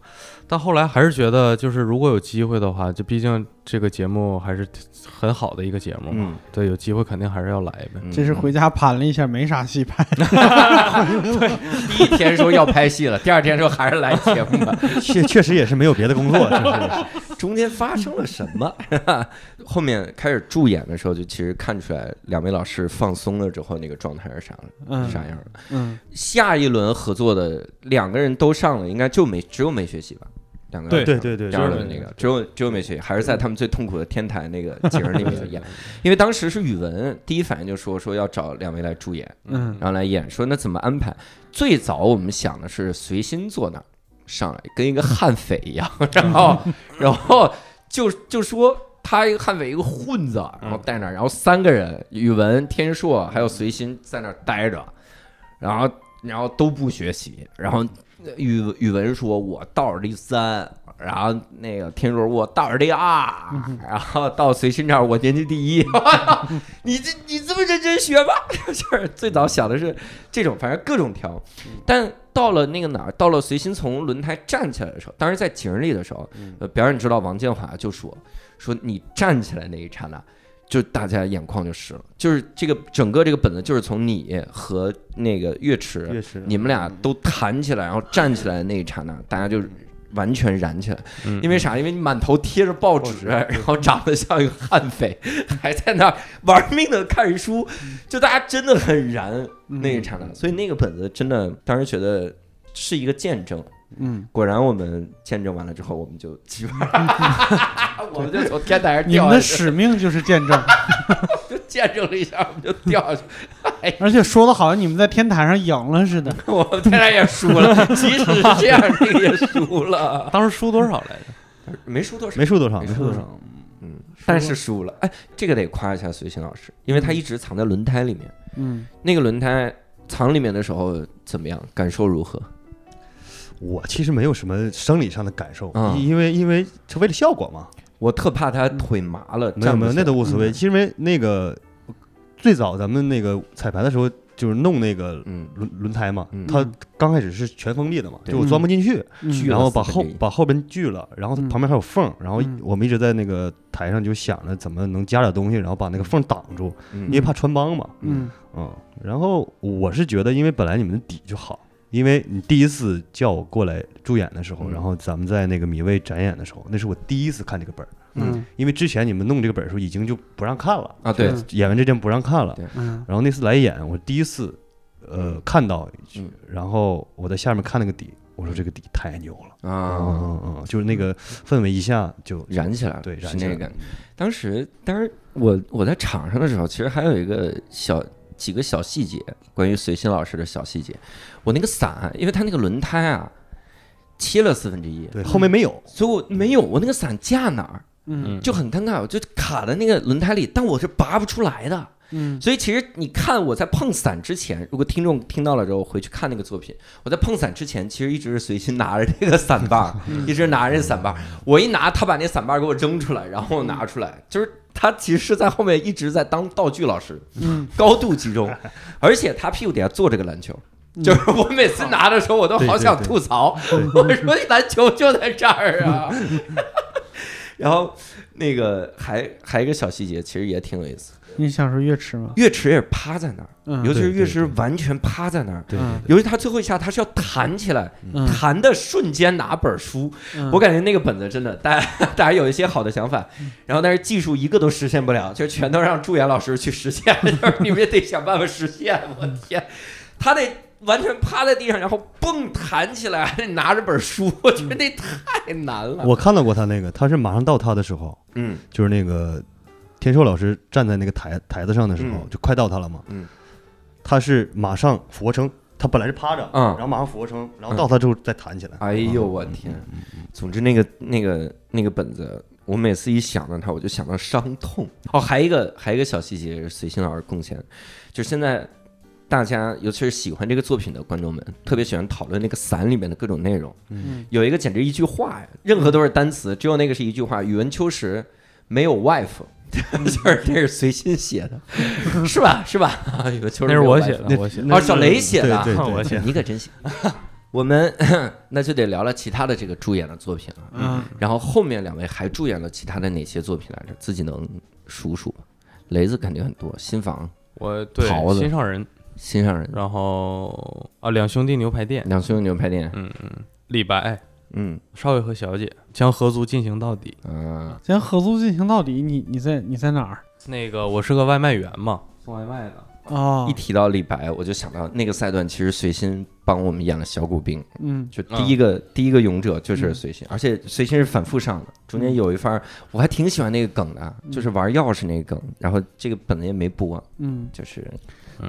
[SPEAKER 7] 但后来还是觉得，就是如果有机会的话，就毕竟这个节目还是很好的一个节目，
[SPEAKER 1] <laughs> 嗯，
[SPEAKER 7] 对，有机会肯定还是要来呗。
[SPEAKER 2] 这是回家盘了一下，没啥戏拍。
[SPEAKER 1] 第一天说要拍戏了，第二天说还是来节目吧。
[SPEAKER 7] <laughs>
[SPEAKER 6] 确确实也是没有别的工作，确实也是。
[SPEAKER 1] 中间发生了什么？ <laughs> 后面开始助演的时候，就其实看出来两位老师放松了之后那个状态是啥
[SPEAKER 2] 嗯
[SPEAKER 1] 啥样的。
[SPEAKER 2] 嗯，
[SPEAKER 1] 下一轮合作的两个人都上了，应该就没只有没学习吧？两个人
[SPEAKER 6] 对
[SPEAKER 1] 上了
[SPEAKER 6] 对对对
[SPEAKER 1] 第二轮那个只有只有没学习，还是在他们最痛苦的天台那个景儿里面 <laughs> 演。因为当时是语文，第一反应就说说要找两位来助演，
[SPEAKER 2] 嗯，
[SPEAKER 1] 然后来演，说那怎么安排？最早我们想的是随心坐那儿上来，跟一个悍匪一样，然后 <laughs> 然后就就说。他一个悍匪，一个混子，然后在那儿，然后三个人，语文、天硕还有随心在那儿待着，然后然后都不学习，然后呃语语文说我倒数第三，然后那个天硕我倒数第二，然后到随心这儿我年级第一， <laughs> 你这你这么认真学吗？ <laughs> 就是最早想的是这种，反正各种调，但到了那个哪儿，到了随心从轮胎站起来的时候，当时在井里的时候，呃，表演指导王建华就说说你站起来那一刹那。就大家眼眶就湿了，就是这个整个这个本子就是从你和那个岳池，
[SPEAKER 7] <laughs>
[SPEAKER 6] 确实，
[SPEAKER 1] <laughs> 你们俩都弹起来，然后站起来的那一刹那，大家就完全燃起来。因为啥？因为你满头贴着嗯报纸，然后长得像一个悍匪， <laughs> 还在那儿玩命的看书，就大家真的很燃那一刹那。所以那个本子真的，当时觉得是一个见证。
[SPEAKER 2] 嗯，
[SPEAKER 1] 果然我们见证完了之后，我们就基本上， <laughs> 我们就从天台上
[SPEAKER 2] 你
[SPEAKER 1] 掉
[SPEAKER 2] 们
[SPEAKER 1] 下
[SPEAKER 2] 的
[SPEAKER 1] 去，
[SPEAKER 2] 使命就是见证，
[SPEAKER 1] 就见证了一下，我们就掉下去。
[SPEAKER 2] 而且说的好像你们在天台上赢了似的。
[SPEAKER 1] 我们天台也输 <laughs> 了，即使是这样，这个也输了。
[SPEAKER 7] <laughs> 当时输多少来着？
[SPEAKER 1] 没输多少，
[SPEAKER 6] 没输多少，
[SPEAKER 1] 没
[SPEAKER 6] 没
[SPEAKER 1] 输多少
[SPEAKER 6] 多少。
[SPEAKER 1] 嗯，但是输了。哎，这个得夸一下随行老师，因为
[SPEAKER 6] 嗯
[SPEAKER 1] 他一直藏在轮胎里面。
[SPEAKER 2] 嗯，
[SPEAKER 1] 那个轮胎藏里面的时候怎么样？感受如何？
[SPEAKER 6] 我其实没有什么生理上的感受，
[SPEAKER 1] 嗯
[SPEAKER 6] 因为因为是为了效果嘛，
[SPEAKER 1] 我特怕他腿麻了，
[SPEAKER 6] 嗯没有
[SPEAKER 1] 站不嗯
[SPEAKER 6] 没有
[SPEAKER 1] 起
[SPEAKER 6] 那
[SPEAKER 1] 来
[SPEAKER 6] 都无所谓。其实因为那个最早咱们那个彩排的时候，就是弄那个
[SPEAKER 1] 嗯，
[SPEAKER 6] 轮轮胎嘛
[SPEAKER 1] 嗯，
[SPEAKER 6] 它刚开始是全封闭的嘛，
[SPEAKER 1] 对
[SPEAKER 6] 就我钻不进去，
[SPEAKER 1] 巨
[SPEAKER 6] 然后把
[SPEAKER 1] 四分
[SPEAKER 6] 后
[SPEAKER 1] 之一
[SPEAKER 6] 把后边锯了，然后它
[SPEAKER 2] 嗯
[SPEAKER 6] 旁边还有缝，然后
[SPEAKER 2] 嗯
[SPEAKER 6] 我们一直在那个台上就想着怎么能加点东西，然后把那个缝挡住，
[SPEAKER 1] 嗯
[SPEAKER 6] 因为怕穿帮嘛，
[SPEAKER 2] 嗯
[SPEAKER 6] 嗯，然后我是觉得，因为本来你们的底就好，因为你第一次叫我过来助演的时候，
[SPEAKER 1] 嗯
[SPEAKER 6] 然后咱们在那个米未展演的时候，那是我第一次看这个本儿，
[SPEAKER 2] 嗯
[SPEAKER 6] 因为之前你们弄这个本儿的时候已经就不让看了，
[SPEAKER 1] 啊，对
[SPEAKER 2] 嗯，
[SPEAKER 6] 演完这阵不让看了
[SPEAKER 1] 对，
[SPEAKER 2] 嗯
[SPEAKER 6] 然后那次来演，我第一次呃看到
[SPEAKER 1] 嗯，
[SPEAKER 6] 然后我在下面看那个底，我说这个底太牛了，嗯
[SPEAKER 1] 啊，
[SPEAKER 6] 嗯嗯，就是那个氛围一下就
[SPEAKER 1] 燃起来了，
[SPEAKER 6] 对燃
[SPEAKER 1] 是
[SPEAKER 6] 起
[SPEAKER 1] 那
[SPEAKER 6] 来
[SPEAKER 1] 个
[SPEAKER 6] 了
[SPEAKER 1] 感觉。当时，当时我我在场上的时候，其实还有一个小几个小细节，关于随心老师的小细节。我那个伞，因为他那个轮胎啊，切了四分之一，
[SPEAKER 6] 对，后面没有，
[SPEAKER 1] 所以我没有，我那个伞架哪儿
[SPEAKER 2] 嗯
[SPEAKER 1] 就很尴尬，我就卡在那个轮胎里，但我是拔不出来的。
[SPEAKER 2] 嗯
[SPEAKER 1] 所以其实你看我在碰伞之前，如果听众听到了之后回去看那个作品，我在碰伞之前其实一直是随心拿着这个伞把，一直拿着伞把。我一拿，他把那伞把给我扔出来，然后我拿出来，就是他其实是在后面一直在当道具老师，
[SPEAKER 2] 嗯
[SPEAKER 1] 高度集
[SPEAKER 6] <laughs>
[SPEAKER 1] 中，而且他屁股底下坐着个篮球。
[SPEAKER 6] 嗯
[SPEAKER 1] 就是我每次拿的时候，我都好想吐槽，我说篮球就在这儿
[SPEAKER 6] <laughs>
[SPEAKER 1] 啊。 <laughs> 然后那个还还有一个小细节，其实也挺有意思。
[SPEAKER 2] 你想说乐池吗？
[SPEAKER 1] 岳池也是趴在那儿，
[SPEAKER 2] 嗯，
[SPEAKER 1] 尤其是
[SPEAKER 6] 对
[SPEAKER 1] 岳池
[SPEAKER 6] 对对
[SPEAKER 1] 完全趴在那儿，
[SPEAKER 6] 对
[SPEAKER 2] 嗯
[SPEAKER 1] 尤其他最后一下他是要弹起来，
[SPEAKER 2] 嗯
[SPEAKER 1] 弹的瞬间拿本书，我感觉那个本子真的，大家 <laughs> 大家有一些好的想法，然后但是技术一个都实现不了，就全都让助演老师去实现，就是你们也得想办法实现。我天，他得完全趴在地上，然后蹦弹起来，还得拿着本书，我觉得那太难了。
[SPEAKER 6] 我看到过他那个，他是马上到他的时候，
[SPEAKER 1] 嗯
[SPEAKER 6] 就是那个天寿老师站在那个台台子上的时候，
[SPEAKER 1] 嗯
[SPEAKER 6] 就快到他了嘛。
[SPEAKER 1] 嗯，
[SPEAKER 6] 他是马上俯卧撑，他本来是趴着，
[SPEAKER 1] 嗯
[SPEAKER 6] 然后马上俯卧撑，
[SPEAKER 1] 哎
[SPEAKER 6] 然后到他之后再弹起来。啊
[SPEAKER 1] 哎呦我天！总之那个那个那个本子，我每次一想到它，我就想到伤痛。哦，还有一个还有一个小细节也是随心老师贡献的，就是现在大家，尤其是喜欢这个作品的观众们，特别喜欢讨论那个伞里面的各种内容。
[SPEAKER 2] 嗯，
[SPEAKER 1] 有一个简直一句话呀，任何都是单词，只有那个是一句话。语文秋实没有 wife，就是那是随心写的，是吧？是吧？ <laughs> 语文秋实
[SPEAKER 7] 那
[SPEAKER 1] 没
[SPEAKER 7] 是
[SPEAKER 1] 有
[SPEAKER 7] 我
[SPEAKER 1] wife
[SPEAKER 7] 写的，我写的。
[SPEAKER 1] 哦，小雷写的啊，
[SPEAKER 6] 对对
[SPEAKER 1] <laughs>
[SPEAKER 6] 对
[SPEAKER 7] 我写
[SPEAKER 1] 你可真行。我们 <coughs> 那就得聊聊其他的这个助演的作品了。
[SPEAKER 2] 嗯，
[SPEAKER 1] 然后后面两位还助演了其他的哪些作品来着？自己能数数吧。雷子肯定很多，新房、
[SPEAKER 7] 我对
[SPEAKER 1] 桃子
[SPEAKER 7] 心上人，
[SPEAKER 1] 新上人、
[SPEAKER 7] 然后啊，两兄弟牛排店，
[SPEAKER 1] 两兄弟牛排店，
[SPEAKER 7] 李白、
[SPEAKER 1] 嗯
[SPEAKER 7] 少爷和小姐将合租进行到底。
[SPEAKER 1] 啊，
[SPEAKER 2] 咱合租进行到底，你你在你在哪儿
[SPEAKER 7] 那个我是个外卖员嘛，送外卖的。
[SPEAKER 2] 啊
[SPEAKER 1] 一？提到李白，我就想到那个赛段，其实随心帮我们演了小骨兵，
[SPEAKER 2] 嗯，
[SPEAKER 1] 就第一个、第一个勇者就是随心，而且随心是反复上的，中间有一番儿我还挺喜欢那个梗的，就是玩钥匙那个梗，然后这个本子也没播，
[SPEAKER 2] 嗯，
[SPEAKER 1] 就是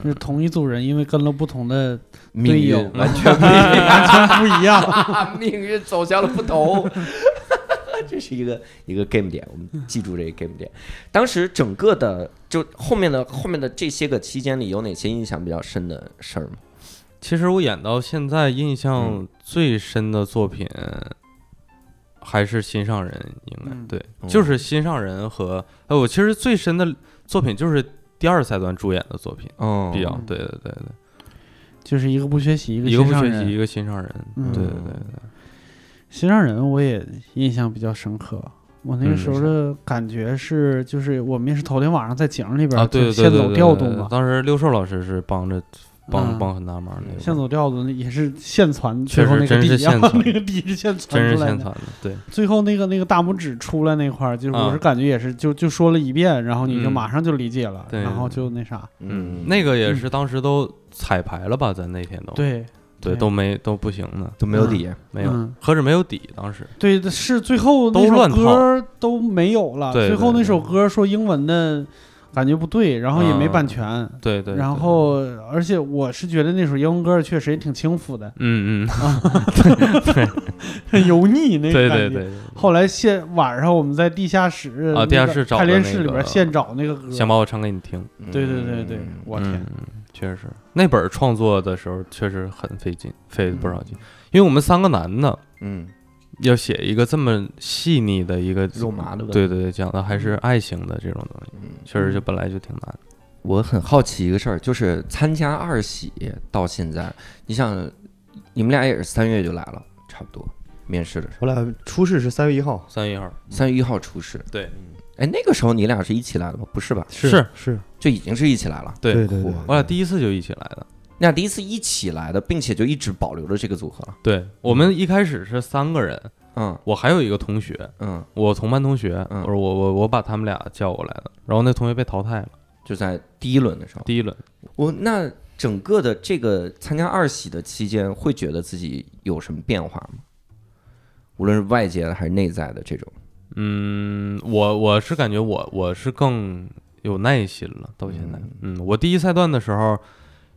[SPEAKER 2] 就是同一组人，因为跟了不同的，
[SPEAKER 1] 命
[SPEAKER 2] 队
[SPEAKER 1] 运
[SPEAKER 2] 友
[SPEAKER 1] 完全不一样，
[SPEAKER 2] 不一 <laughs> 样。
[SPEAKER 1] 命运走向了不同。 <laughs> 这是一个一个 game 点，我们记住 <laughs> 这个 game 点。当时整个的就后面的后面的这些个期间里，有哪些印象比较深的事儿吗？
[SPEAKER 7] 其实我演到现在印象嗯最深的作品还是《新上人》，应该、
[SPEAKER 2] 嗯
[SPEAKER 7] 对，
[SPEAKER 1] 哦
[SPEAKER 7] 就是《新上人》和哎，我其实最深的作品就是第二赛段主演的作品，
[SPEAKER 1] 哦
[SPEAKER 7] 比较、
[SPEAKER 2] 嗯
[SPEAKER 7] 对对对对，
[SPEAKER 2] 就是一个不学习，
[SPEAKER 7] 一
[SPEAKER 2] 一
[SPEAKER 7] 个
[SPEAKER 2] 个
[SPEAKER 7] 不
[SPEAKER 2] 心上
[SPEAKER 7] 学
[SPEAKER 2] 人
[SPEAKER 7] 习，一。个新上人，
[SPEAKER 2] 嗯
[SPEAKER 7] 对对对对，
[SPEAKER 2] 心上人我也印象比较深刻。我那个
[SPEAKER 7] 嗯
[SPEAKER 2] 时候的感觉是，就是我们也是头天晚上在井里边
[SPEAKER 7] 啊
[SPEAKER 2] 儿
[SPEAKER 7] 对对
[SPEAKER 2] 就
[SPEAKER 7] 对
[SPEAKER 2] 先
[SPEAKER 7] 对
[SPEAKER 2] 走
[SPEAKER 7] 对
[SPEAKER 2] 调
[SPEAKER 7] 对对
[SPEAKER 2] 动
[SPEAKER 7] 对
[SPEAKER 2] 嘛，
[SPEAKER 7] 当时六兽老师是帮着帮、
[SPEAKER 2] 嗯
[SPEAKER 7] 帮很大忙那个，
[SPEAKER 2] 先走调动也是现传，最
[SPEAKER 7] 确实
[SPEAKER 2] 后那个
[SPEAKER 7] 真
[SPEAKER 2] <laughs>
[SPEAKER 7] 是
[SPEAKER 2] 地啊
[SPEAKER 7] 现，传
[SPEAKER 2] 那个地是现
[SPEAKER 7] 真
[SPEAKER 2] 传
[SPEAKER 7] 是
[SPEAKER 2] 出来
[SPEAKER 7] 现
[SPEAKER 2] 的。
[SPEAKER 7] 传的，对，
[SPEAKER 2] 最后那个那个大拇指出来那块儿，就是我
[SPEAKER 7] 啊
[SPEAKER 2] 是感觉也是就就说了一遍，然后你就
[SPEAKER 7] 嗯
[SPEAKER 2] 马上就理解了，
[SPEAKER 7] 对
[SPEAKER 2] 然后就那啥，
[SPEAKER 1] 嗯，
[SPEAKER 7] 那个也
[SPEAKER 2] 嗯
[SPEAKER 7] 是当时都彩排了吧，咱那天都
[SPEAKER 2] 对
[SPEAKER 7] 对都没都不行呢，
[SPEAKER 1] 都没有底，
[SPEAKER 7] 没有，
[SPEAKER 2] 嗯
[SPEAKER 7] 何止没有底，当时
[SPEAKER 2] 对，是最后
[SPEAKER 7] 都
[SPEAKER 2] 那首
[SPEAKER 7] 乱套
[SPEAKER 2] 歌都没有了，
[SPEAKER 7] 对
[SPEAKER 2] 最后
[SPEAKER 7] 对
[SPEAKER 2] 那首
[SPEAKER 7] 对
[SPEAKER 2] 歌说英文的感觉不对，然后也没
[SPEAKER 7] 嗯
[SPEAKER 2] 版权，
[SPEAKER 7] 对对，
[SPEAKER 2] 然
[SPEAKER 7] 对，
[SPEAKER 2] 后，而且我是觉得那首英文歌确实也挺轻浮的
[SPEAKER 7] 嗯嗯，
[SPEAKER 2] 很油腻那
[SPEAKER 7] 对
[SPEAKER 2] 个感
[SPEAKER 7] 对
[SPEAKER 2] 觉。
[SPEAKER 7] 对，
[SPEAKER 2] 后来现晚上我们在地下室
[SPEAKER 7] 啊
[SPEAKER 2] 那个
[SPEAKER 7] 地下室找的
[SPEAKER 2] 排练室里
[SPEAKER 7] 那
[SPEAKER 2] 边
[SPEAKER 7] 个
[SPEAKER 2] 现找那个歌
[SPEAKER 7] 对，想把我唱给你听。
[SPEAKER 1] 嗯
[SPEAKER 2] 对对对对，我天，
[SPEAKER 7] 嗯，确实，那本儿创作的时候确实很费劲，费了不少劲，因为我们三个男的
[SPEAKER 1] 嗯，
[SPEAKER 7] 要写一个这么细腻的一个
[SPEAKER 1] 肉麻的吧
[SPEAKER 7] 对对对，讲的还是爱情的这种东西
[SPEAKER 1] 嗯，
[SPEAKER 7] 确实就本来就挺难。
[SPEAKER 1] 我很好奇一个事儿，就是参加二喜到现在，你想，你们俩也是三月就来了，差不多面试的时候，
[SPEAKER 6] 我俩出事是三月一号，
[SPEAKER 7] 三月一号，
[SPEAKER 1] 三月一号出事。
[SPEAKER 7] 对，
[SPEAKER 1] 哎，那个时候你俩是一起来的吗？不是吧？
[SPEAKER 7] 是
[SPEAKER 6] 是，
[SPEAKER 1] 就已经是一起来了。
[SPEAKER 7] 对
[SPEAKER 6] 对对
[SPEAKER 1] 嚯
[SPEAKER 7] 我俩第一次就一起来的。
[SPEAKER 1] 那第一次一起来的，并且就一直保留着这个组合了。
[SPEAKER 7] 对我们一开始是三个人，
[SPEAKER 1] 嗯
[SPEAKER 7] 我还有一个同学，
[SPEAKER 1] 嗯，
[SPEAKER 7] 我同班同学，
[SPEAKER 1] 嗯
[SPEAKER 7] 我说我我我把他们俩叫过来的，然后那同学被淘汰了，
[SPEAKER 1] 就在第一轮的时候，
[SPEAKER 7] 第一轮。
[SPEAKER 1] 我那整个的这个参加二喜的期间，会觉得自己有什么变化吗？无论是外界的还是内在的这种，
[SPEAKER 7] 嗯，我我是感觉我我是更有耐心了，到现在，嗯我第一赛段的时候，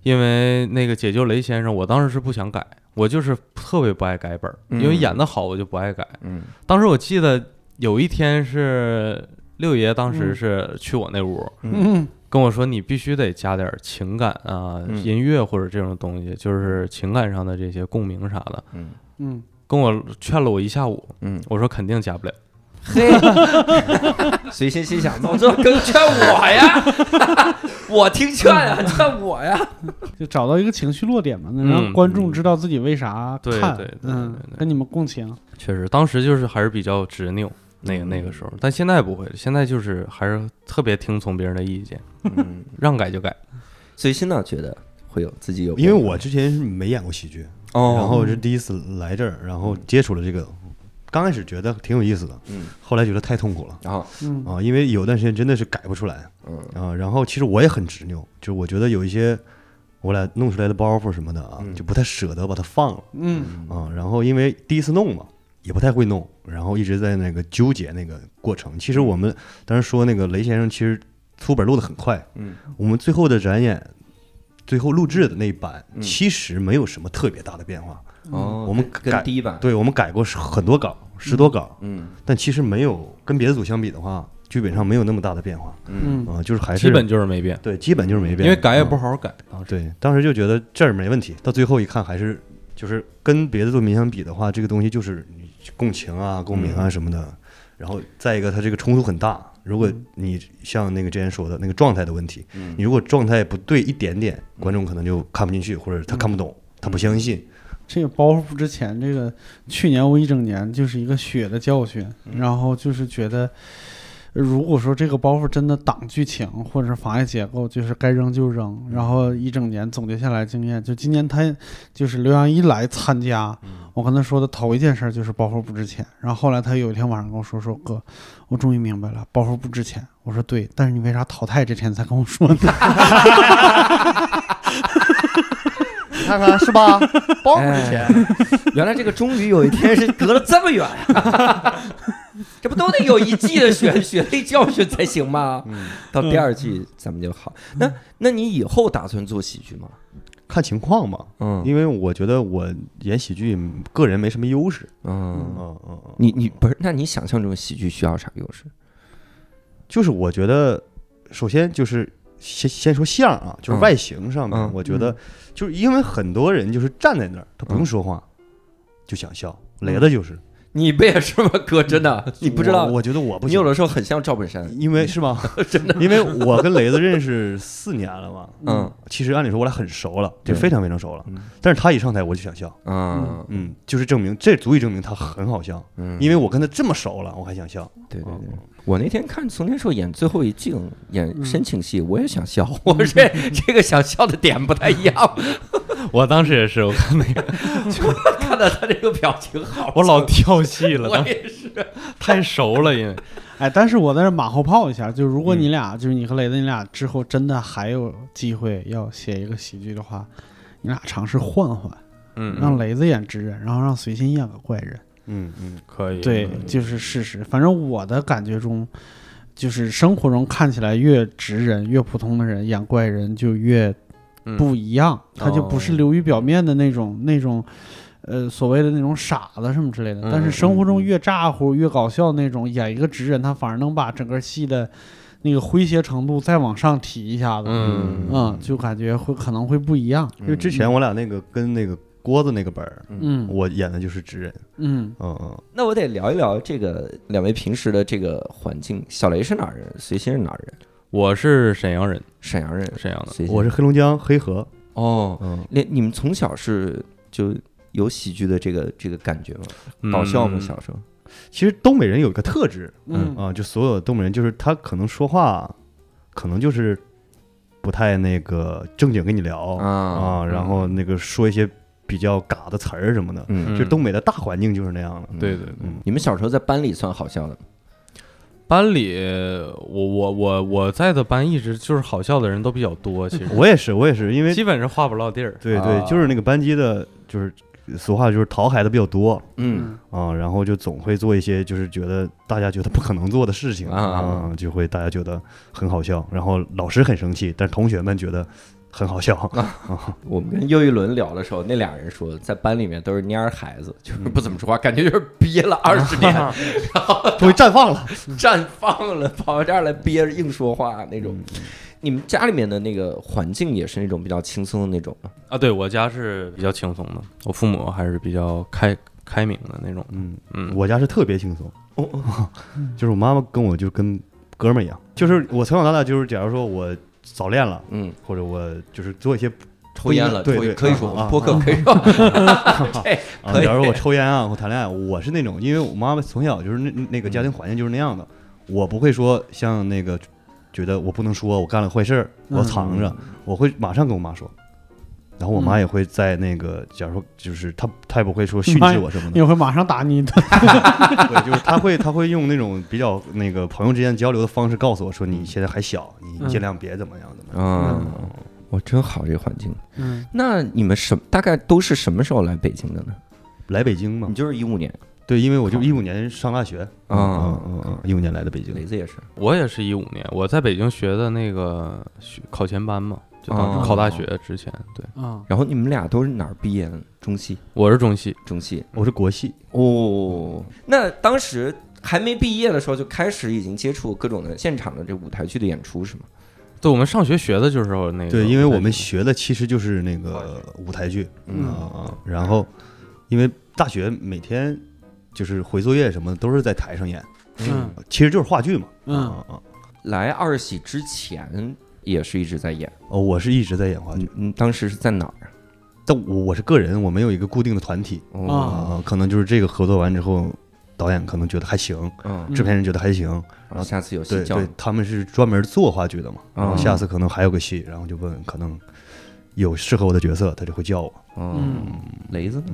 [SPEAKER 7] 因为那个解救雷先生，我当时是不想改，我就是特别不爱改本儿，
[SPEAKER 1] 嗯
[SPEAKER 7] 因为演的好我就不爱改。
[SPEAKER 1] 嗯
[SPEAKER 7] 当时我记得有一天是六爷，当时
[SPEAKER 2] 嗯
[SPEAKER 7] 是去我那屋。
[SPEAKER 2] 嗯，
[SPEAKER 7] 跟我说，你必须得加点儿情感啊，
[SPEAKER 1] 嗯
[SPEAKER 7] 音乐或者这种东西，就是情感上的这些共鸣啥的。
[SPEAKER 1] 嗯
[SPEAKER 2] 嗯，
[SPEAKER 7] 跟我劝了我一下午，
[SPEAKER 1] 嗯，
[SPEAKER 7] 我说肯定加不了。
[SPEAKER 1] 嘿，随心心想，怎这更劝我呀？ <laughs> 我听劝啊，劝我呀。
[SPEAKER 2] 嗯就找到一个情绪落点嘛，能让
[SPEAKER 7] 嗯
[SPEAKER 2] 观众知道自己为啥
[SPEAKER 7] 对
[SPEAKER 2] 看，
[SPEAKER 7] 对对对
[SPEAKER 2] 嗯
[SPEAKER 7] 对，对
[SPEAKER 2] 跟你们共情，
[SPEAKER 7] 确实，当时就是还是比较执拗，那个那个时候，但现在不会了，现在就是还是特别听从别人的意见，
[SPEAKER 1] 嗯，
[SPEAKER 7] 让改就改。
[SPEAKER 1] 随心呢觉得会有自己有变
[SPEAKER 6] 因为
[SPEAKER 1] 化，
[SPEAKER 6] 我之前是没演过喜剧，
[SPEAKER 1] 哦，
[SPEAKER 6] 然后是第一次来这儿，然后接触了这个，刚开始觉得挺有意思的，
[SPEAKER 1] 嗯，
[SPEAKER 6] 后来觉得太痛苦了
[SPEAKER 1] 然后
[SPEAKER 2] 嗯
[SPEAKER 6] 啊，因为有段时间真的是改不出来
[SPEAKER 1] 嗯
[SPEAKER 6] 啊。然后其实我也很执拗，就我觉得有一些我俩弄出来的包袱什么的啊，
[SPEAKER 1] 嗯
[SPEAKER 6] 就不太舍得把它放了
[SPEAKER 2] 嗯
[SPEAKER 6] 啊。然后因为第一次弄嘛，也不太会弄，然后一直在那个纠结那个过程。其实我们当时说那个雷先生，其实出本录的很快，
[SPEAKER 1] 嗯
[SPEAKER 6] 我们最后的展演最后录制的那一版，
[SPEAKER 1] 嗯
[SPEAKER 6] 其实没有什么特别大的变化。
[SPEAKER 1] 哦，
[SPEAKER 6] 我们
[SPEAKER 1] 跟
[SPEAKER 6] 改
[SPEAKER 1] 跟第一版，
[SPEAKER 6] 对我们改过十很多稿，十多稿，
[SPEAKER 1] 嗯
[SPEAKER 6] 但其实没有跟别的组相比的话，剧本上没有那么大的变化
[SPEAKER 1] 嗯，
[SPEAKER 6] 啊、就是还是
[SPEAKER 7] 基本就是没变，
[SPEAKER 6] 对，基本就是没变，
[SPEAKER 7] 因为改也不
[SPEAKER 6] 嗯、
[SPEAKER 7] 好好改。当时
[SPEAKER 6] 对，当时就觉得这儿没问题，到最后一看还是就是跟别的作品相比的话，这个东西就是共情啊、共鸣啊什么的。然后再一个，它这个冲突很大。如果你像那个之前说的那个状态的问题，你如果状态不对一点点，观众可能就看不进去，或者他看不懂，他不相信。
[SPEAKER 2] 这个包袱之前，这个去年我一整年就是一个血的教训，然后就是觉得，如果说这个包袱真的挡剧情或者是妨碍结构，就是该扔就扔。然后一整年总结下来经验，就今年他就是刘洋一来参加，我跟他说的头一件事就是包袱不值钱。然后后来他有一天晚上跟我说说哥，我终于明白了，包袱不值钱。我说对，但是你为啥淘汰这天才跟我说呢？
[SPEAKER 6] 你看看是吧？包
[SPEAKER 1] 哎
[SPEAKER 6] 之前，
[SPEAKER 1] <laughs> 原来这个终于有一天是隔了这么远啊， <laughs> 这不都得有一季的血血泪教训才行吗？
[SPEAKER 6] 嗯
[SPEAKER 1] 到第二季咱们就好。那那你以后打算做喜剧吗？
[SPEAKER 6] <laughs> 看情况吧。
[SPEAKER 1] 嗯
[SPEAKER 6] 因为我觉得我演喜剧个人没什么优势，
[SPEAKER 1] 嗯，
[SPEAKER 6] 嗯嗯嗯，
[SPEAKER 1] 你你不是？那你想象中喜剧需要啥优势？
[SPEAKER 6] 就是我觉得，首先就是先先说相啊，就是
[SPEAKER 1] 嗯
[SPEAKER 6] 外形上面，
[SPEAKER 1] 嗯
[SPEAKER 6] 我觉得就是因为很多人就是站在那儿，他不用说话、就想笑，雷子就是
[SPEAKER 1] 你不也是吗，哥？真的， <laughs> 你不知道
[SPEAKER 6] 嗯我，我觉得嗯我不
[SPEAKER 1] 你
[SPEAKER 6] 行
[SPEAKER 1] 有，的时候很像赵本山。
[SPEAKER 6] 因为是吗？ <laughs> 真的，因为我跟雷子认识四年了嘛，
[SPEAKER 1] 嗯
[SPEAKER 6] 其实按理说我俩很熟了，就
[SPEAKER 1] 对
[SPEAKER 6] 非常非常熟了，
[SPEAKER 1] 嗯
[SPEAKER 6] 但是他一上台我就想笑，
[SPEAKER 1] 嗯
[SPEAKER 6] 嗯，就是证明这足以证明他很好笑，
[SPEAKER 1] 嗯
[SPEAKER 6] 因为我跟他这么熟了，我还想笑，
[SPEAKER 1] 对对对
[SPEAKER 6] 嗯，
[SPEAKER 1] 我那天看宋天硕演最后一镜演深情戏，我也想笑，我
[SPEAKER 6] <laughs>
[SPEAKER 1] 这这个想笑的点不太一样。
[SPEAKER 7] 我当时也是，我看那个
[SPEAKER 1] <laughs> 看到他这个表情好，
[SPEAKER 7] 我老跳戏
[SPEAKER 1] <laughs>
[SPEAKER 7] 了，
[SPEAKER 1] 我
[SPEAKER 7] 当时
[SPEAKER 1] 也是，
[SPEAKER 7] 太熟了，因为
[SPEAKER 2] <laughs> 哎，但是我在这马后炮一下，就如果你俩、就是你和雷子，你俩之后真的还有机会要写一个喜剧的话，你俩尝试换换，
[SPEAKER 7] 嗯
[SPEAKER 2] 让雷子演直人，然后让随心演个怪人。
[SPEAKER 6] 嗯嗯。
[SPEAKER 7] 可以
[SPEAKER 2] 对，就是事实。反正我的感觉中，就是生活中看起来越直人、越普通的人演怪人就越
[SPEAKER 7] 嗯
[SPEAKER 2] 不一样，他就不是
[SPEAKER 7] 哦
[SPEAKER 2] 流于表面的那种那种。呃，所谓的那种傻子什么之类的，但
[SPEAKER 7] 嗯
[SPEAKER 2] 是生活
[SPEAKER 6] 嗯
[SPEAKER 2] 中越咋呼越搞笑那种，演一个直人，他反而能把整个戏的那个诙谐程度再往上提一下子，
[SPEAKER 7] 嗯
[SPEAKER 2] 嗯，就感觉会可能会不一样，
[SPEAKER 6] 因为之前我俩那个跟那个郭子那个本儿，
[SPEAKER 2] 嗯
[SPEAKER 6] 我演的就是直人，
[SPEAKER 2] 嗯，
[SPEAKER 6] 嗯嗯，
[SPEAKER 1] 那我得聊一聊这个两位平时的这个环境。小雷是哪儿人？随心是哪儿人？
[SPEAKER 7] 我是沈阳人，
[SPEAKER 1] 沈阳人。
[SPEAKER 7] 沈阳的，
[SPEAKER 1] 随心
[SPEAKER 6] 我是黑龙江黑河，
[SPEAKER 1] 哦，
[SPEAKER 6] 嗯，
[SPEAKER 1] 那你们从小是就有喜剧的这个这个感觉吗？
[SPEAKER 7] 嗯
[SPEAKER 1] 搞笑吗？小时候？
[SPEAKER 6] 其实东北人有一个特质
[SPEAKER 2] 嗯
[SPEAKER 6] 啊，就所有东北人就是他可能说话，可能就是不太那个正经跟你聊
[SPEAKER 7] 哦
[SPEAKER 1] 啊
[SPEAKER 6] 啊，然后那个说一些比较嘎的词儿什么的，
[SPEAKER 1] 嗯，
[SPEAKER 6] 就东北的大环境就是那样的，
[SPEAKER 7] 对对对。
[SPEAKER 6] 嗯，
[SPEAKER 1] 你们小时候在班里算好笑的吗？
[SPEAKER 7] 班里，我我我我在的班一直就是好笑的人都比较多，其实
[SPEAKER 6] 我也是我也是，因为
[SPEAKER 7] 基本上话不落地儿。
[SPEAKER 6] 对
[SPEAKER 1] 啊
[SPEAKER 6] 对，就是那个班级的，就是俗话就是淘孩子比较多，
[SPEAKER 1] 嗯，
[SPEAKER 6] 啊、然后就总会做一些就是觉得大家觉得不可能做的事情
[SPEAKER 1] 啊啊啊
[SPEAKER 6] 就会大家觉得很好笑，然后老师很生气，但是同学们觉得很
[SPEAKER 1] <laughs>
[SPEAKER 6] 好笑。
[SPEAKER 1] 我们跟又一轮聊的时候，那俩人说在班里面都是蔫儿孩子，就是
[SPEAKER 7] 嗯
[SPEAKER 1] 不怎么说话，感觉就是憋了二十年，然后
[SPEAKER 6] 终于绽放了，
[SPEAKER 1] <laughs> 绽放了，跑到这儿来憋着硬说话那种。你们家里面的那个环境也是那种比较轻松的那种吗？
[SPEAKER 7] 啊，对我家是比较轻松的，我父母还是比较开开明的那种。
[SPEAKER 6] 嗯，
[SPEAKER 7] 嗯，
[SPEAKER 6] 我家是特别轻松，
[SPEAKER 1] 哦
[SPEAKER 6] <laughs> 就是我妈妈跟我就跟哥们儿一样，就是我从小到大就是，假如说我早恋了，
[SPEAKER 1] 嗯，
[SPEAKER 6] 或者我就是做一些
[SPEAKER 1] 抽烟了，
[SPEAKER 6] 对
[SPEAKER 1] 抽
[SPEAKER 6] 对
[SPEAKER 1] 烟可以说
[SPEAKER 6] 啊啊
[SPEAKER 1] 播客可 <laughs> 以说，这
[SPEAKER 6] 啊，
[SPEAKER 1] 可以
[SPEAKER 6] 假如我抽烟啊，我谈恋爱，我是那种，因为我妈妈从小就是那那
[SPEAKER 1] 嗯
[SPEAKER 6] 个家庭环境就是那样的，我不会说像那个觉得我不能说我干了坏事儿，
[SPEAKER 1] 嗯
[SPEAKER 6] 我藏着，我会马上跟我妈说，然后我
[SPEAKER 1] 嗯
[SPEAKER 6] 妈也会在那个，假如说就是她她也不会说训斥我什么
[SPEAKER 2] 也
[SPEAKER 6] 的，
[SPEAKER 2] 会马上打你一顿，
[SPEAKER 6] 对，就是她会她会用那种比较那个朋友之间交流的方式告诉我说你现在还小，你尽量别怎么样怎么样。
[SPEAKER 1] 嗯，我真好这个环境。
[SPEAKER 2] 嗯，
[SPEAKER 1] 那你们什大概都是什么时候来北京的呢？
[SPEAKER 6] 来北京嘛
[SPEAKER 1] 你，就是一五年
[SPEAKER 6] 对，因为我就一五年上大学，
[SPEAKER 1] 啊
[SPEAKER 6] 嗯嗯嗯，一五年来的北京，
[SPEAKER 1] 雷子也是，
[SPEAKER 7] 我也是一五年，我在北京学的那个学考前班嘛，就当
[SPEAKER 6] 哦
[SPEAKER 7] 时考大学之前，对，
[SPEAKER 2] 嗯
[SPEAKER 4] 啊，
[SPEAKER 1] 然后你们俩都是哪儿毕业的？中戏，
[SPEAKER 7] 我是中戏，
[SPEAKER 1] 中戏。
[SPEAKER 6] 我是国戏，
[SPEAKER 1] 哦，那当时还没毕业的时候就开始已经接触各种的现场的这舞台剧的演出是吗？
[SPEAKER 7] 对，我们上学学的就是那个，
[SPEAKER 6] 对，因为我们学的其实就是那个舞台剧啊
[SPEAKER 1] 嗯，
[SPEAKER 6] 啊，然后因为大学每天就是回作业什么的都是在台上演，
[SPEAKER 4] 嗯
[SPEAKER 6] 其实就是话剧嘛，
[SPEAKER 4] 嗯
[SPEAKER 6] 啊啊，啊
[SPEAKER 1] 来二喜之前也是一直在演，
[SPEAKER 6] 哦，我是一直在演话
[SPEAKER 1] 嗯
[SPEAKER 6] 剧，
[SPEAKER 1] 嗯，当时是在哪儿啊？
[SPEAKER 6] 但我我是个人，我没有一个固定的团体
[SPEAKER 1] 哦，
[SPEAKER 6] 啊，可能就是这个合作完之后，导演可能觉得还行，
[SPEAKER 1] 嗯，
[SPEAKER 6] 制片人觉得还行，
[SPEAKER 1] 然后下次有戏
[SPEAKER 6] 对
[SPEAKER 1] 叫
[SPEAKER 6] 啊对，他们是专门做话剧的嘛，然后
[SPEAKER 1] 嗯
[SPEAKER 6] 下次可能还有个戏，然后就问可能有适合我的角色，他就会叫我。
[SPEAKER 1] 嗯，雷子呢？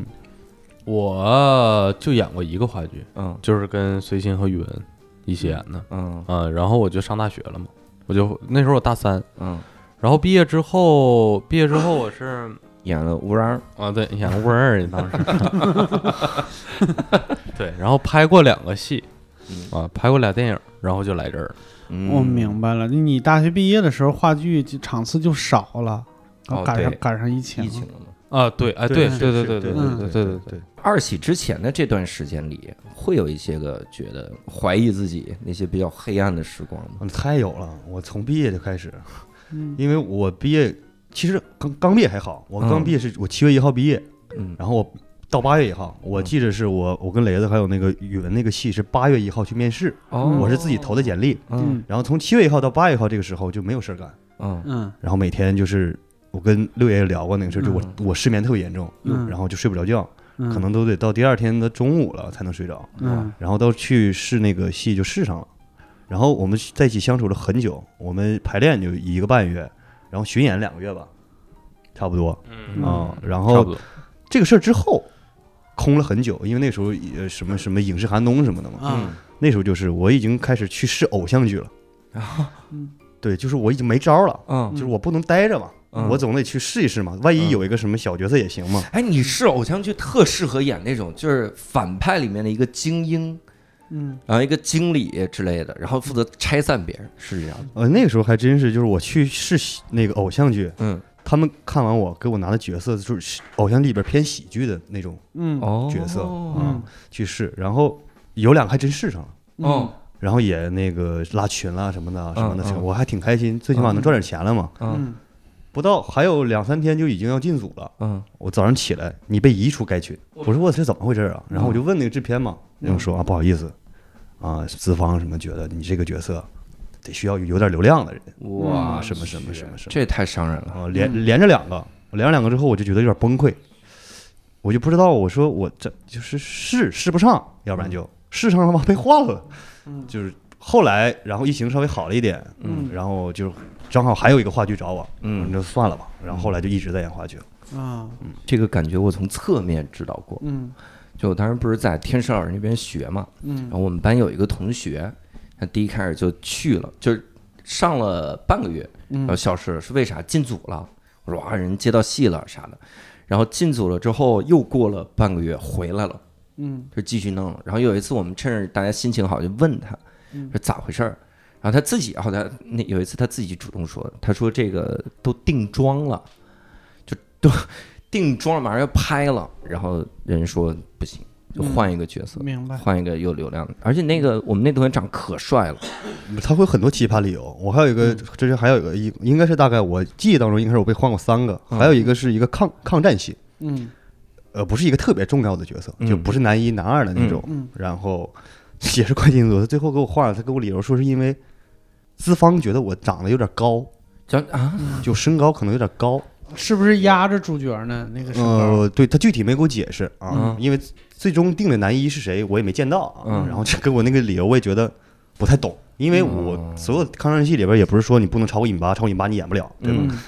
[SPEAKER 7] 我就演过一个话剧，
[SPEAKER 1] 嗯
[SPEAKER 7] 就是跟随心和宇文一起演的，
[SPEAKER 1] 嗯
[SPEAKER 7] 嗯，然后我就上大学了嘛，我就那时候我大三，
[SPEAKER 1] 嗯，
[SPEAKER 7] 然后毕业之后，毕业之后我是。
[SPEAKER 1] 演了乌然儿，
[SPEAKER 7] 啊，对，演乌二当时， <laughs> 对，然后拍过两个戏，啊，拍过俩电影，然后就来这儿了。
[SPEAKER 1] 嗯
[SPEAKER 2] 我明白了，你大学毕业的时候话剧就场次就少了，然
[SPEAKER 1] 哦
[SPEAKER 2] 后赶上
[SPEAKER 1] 对
[SPEAKER 2] 赶上疫情
[SPEAKER 1] 疫
[SPEAKER 2] 了，
[SPEAKER 1] 情了嘛。
[SPEAKER 7] 啊，对，哎，
[SPEAKER 6] 对
[SPEAKER 7] 对，
[SPEAKER 6] 是
[SPEAKER 7] 对，对，
[SPEAKER 6] 是
[SPEAKER 7] 对，对，
[SPEAKER 6] 对
[SPEAKER 7] 对，
[SPEAKER 2] 嗯
[SPEAKER 7] 对，对，对，对，
[SPEAKER 1] 二喜之前的这段时间里，会有一些个觉得怀疑自己那些比较黑暗的时光吗？
[SPEAKER 6] 嗯太有了，我从毕业就开始，
[SPEAKER 2] 嗯
[SPEAKER 6] 因为我毕业其实刚刚毕业还好，我刚
[SPEAKER 1] 嗯
[SPEAKER 6] 毕业是我七月一号毕业，
[SPEAKER 1] 嗯
[SPEAKER 6] 然后我到八月一号，我记着是我我跟雷子还有那个语文那个戏是八月一号去面试，
[SPEAKER 1] 哦
[SPEAKER 6] 我是自己投的简历，
[SPEAKER 1] 嗯
[SPEAKER 6] 然后从七月一号到八月一号这个时候就没有事儿干，
[SPEAKER 1] 嗯
[SPEAKER 4] 嗯
[SPEAKER 6] 然后每天就是我跟六爷也聊过那个事儿，就我我失眠特别严重，
[SPEAKER 4] 嗯
[SPEAKER 6] 然后就睡不着觉，
[SPEAKER 4] 嗯
[SPEAKER 6] 可能都得到第二天的中午了才能睡着，
[SPEAKER 4] 嗯
[SPEAKER 6] 然后到去试那个戏就试上了，然后我们在一起相处了很久，我们排练就一个半月，然后巡演两个月吧，差不多
[SPEAKER 7] 嗯
[SPEAKER 6] 啊、然
[SPEAKER 7] 差不
[SPEAKER 6] 后
[SPEAKER 7] 多。
[SPEAKER 6] 这个事儿之后空了很久，因为那时候呃什么什么影视寒冬什么的嘛，
[SPEAKER 4] 啊
[SPEAKER 6] 那时候就是我已经开始去试偶像剧了，对，就是我已经没招儿了，
[SPEAKER 1] 嗯，
[SPEAKER 6] 就是我不能待着嘛，
[SPEAKER 1] 嗯
[SPEAKER 6] 我总得去试一试嘛，万一
[SPEAKER 1] 嗯
[SPEAKER 6] 有一个什么小角色也行嘛。
[SPEAKER 1] 哎，你是偶像剧特适合演那种，就是反派里面的一个精英，
[SPEAKER 2] 嗯，
[SPEAKER 1] 然后一个经理之类的，然后负责拆散别人，是这样的。
[SPEAKER 6] 呃，那个时候还真是，就是我去试戏那个偶像剧，
[SPEAKER 1] 嗯，
[SPEAKER 6] 他们看完我给我拿的角色就是偶像剧里边偏喜剧的那种
[SPEAKER 2] 嗯
[SPEAKER 1] 哦
[SPEAKER 6] 角色
[SPEAKER 1] 嗯
[SPEAKER 6] 去试，然后有两个还真试上了，
[SPEAKER 1] 哦，
[SPEAKER 6] 然后也那个拉群啦什么的啊什么的，
[SPEAKER 1] 嗯嗯
[SPEAKER 6] 我还挺开心，最起码能赚点钱了嘛。
[SPEAKER 1] 嗯
[SPEAKER 2] 嗯
[SPEAKER 6] 不到还有两三天就已经要进组了，
[SPEAKER 1] 嗯
[SPEAKER 6] 我早上起来你被移出该群，我说我这怎么回事啊？然后我就问那个制片嘛，然后说啊不好意思，啊资方什么觉得你这个角色得需要有点流量的人
[SPEAKER 1] 哇
[SPEAKER 6] 啊，，什么什么什么什么，
[SPEAKER 1] 这也太伤人了。
[SPEAKER 6] 啊，连连着两个，我连着两个之后，我就觉得有点崩溃，我就不知道，我说我这就是试试不上，要不然
[SPEAKER 1] 嗯
[SPEAKER 6] 就试上了吗？ <laughs> 被换了，就是后来，然后疫情稍微好了一点，
[SPEAKER 1] 嗯，
[SPEAKER 6] 然后就正好还有一个话剧找我，
[SPEAKER 1] 嗯
[SPEAKER 6] 我说算了吧，然后后来就一直在演话剧了，
[SPEAKER 2] 啊
[SPEAKER 1] 这个感觉我从侧面知道过。
[SPEAKER 2] 嗯
[SPEAKER 1] 就我当时不是在天师老师那边学嘛，然
[SPEAKER 2] 嗯
[SPEAKER 1] 后我们班有一个同学，他第一开始就去了，就是上了半个月，
[SPEAKER 2] 嗯
[SPEAKER 1] 然后消失了，是为啥？进组了。我说啊，人接到戏了啥的，然后进组了之后又过了半个月回来了，
[SPEAKER 2] 嗯
[SPEAKER 1] 就继续弄了。然后有一次我们趁着大家心情好就问他，说咋回事儿？然后他自己，后来那有一次他自己主动说，他说这个都定妆了，就都定妆了，马上要拍了。然后人说不行，就换一个角色，
[SPEAKER 2] 明白
[SPEAKER 1] 换一个有流量的。而且那个我们那同学长可帅了，
[SPEAKER 6] 他会有很多奇葩理由。我还有一
[SPEAKER 1] 嗯
[SPEAKER 6] 个之前还有一个应应该是大概我记忆当中应该是我被换过三个，
[SPEAKER 1] 嗯
[SPEAKER 6] 还有一个是一个抗抗战戏，
[SPEAKER 2] 嗯
[SPEAKER 6] 呃，不是一个特别重要的角色，
[SPEAKER 1] 嗯
[SPEAKER 6] 就不是男一男二的那种。
[SPEAKER 2] 嗯
[SPEAKER 6] 然后 <laughs> 也是关进组，他最后给我换了，他给我理由说是因为资方觉得我长得有点高，
[SPEAKER 1] 叫啊，
[SPEAKER 6] 就身高可能有点高。
[SPEAKER 2] 是不是压着主角呢？那个时候
[SPEAKER 6] 呃，对他具体没给我解释啊
[SPEAKER 1] 嗯，
[SPEAKER 6] 因为最终定的男一是谁我也没见到啊
[SPEAKER 1] 嗯。
[SPEAKER 6] 然后这给我那个理由我也觉得不太懂，因为我所有抗战戏里边也不是说你不能超过一米八，超过一米八你演不了，对吧？
[SPEAKER 2] 嗯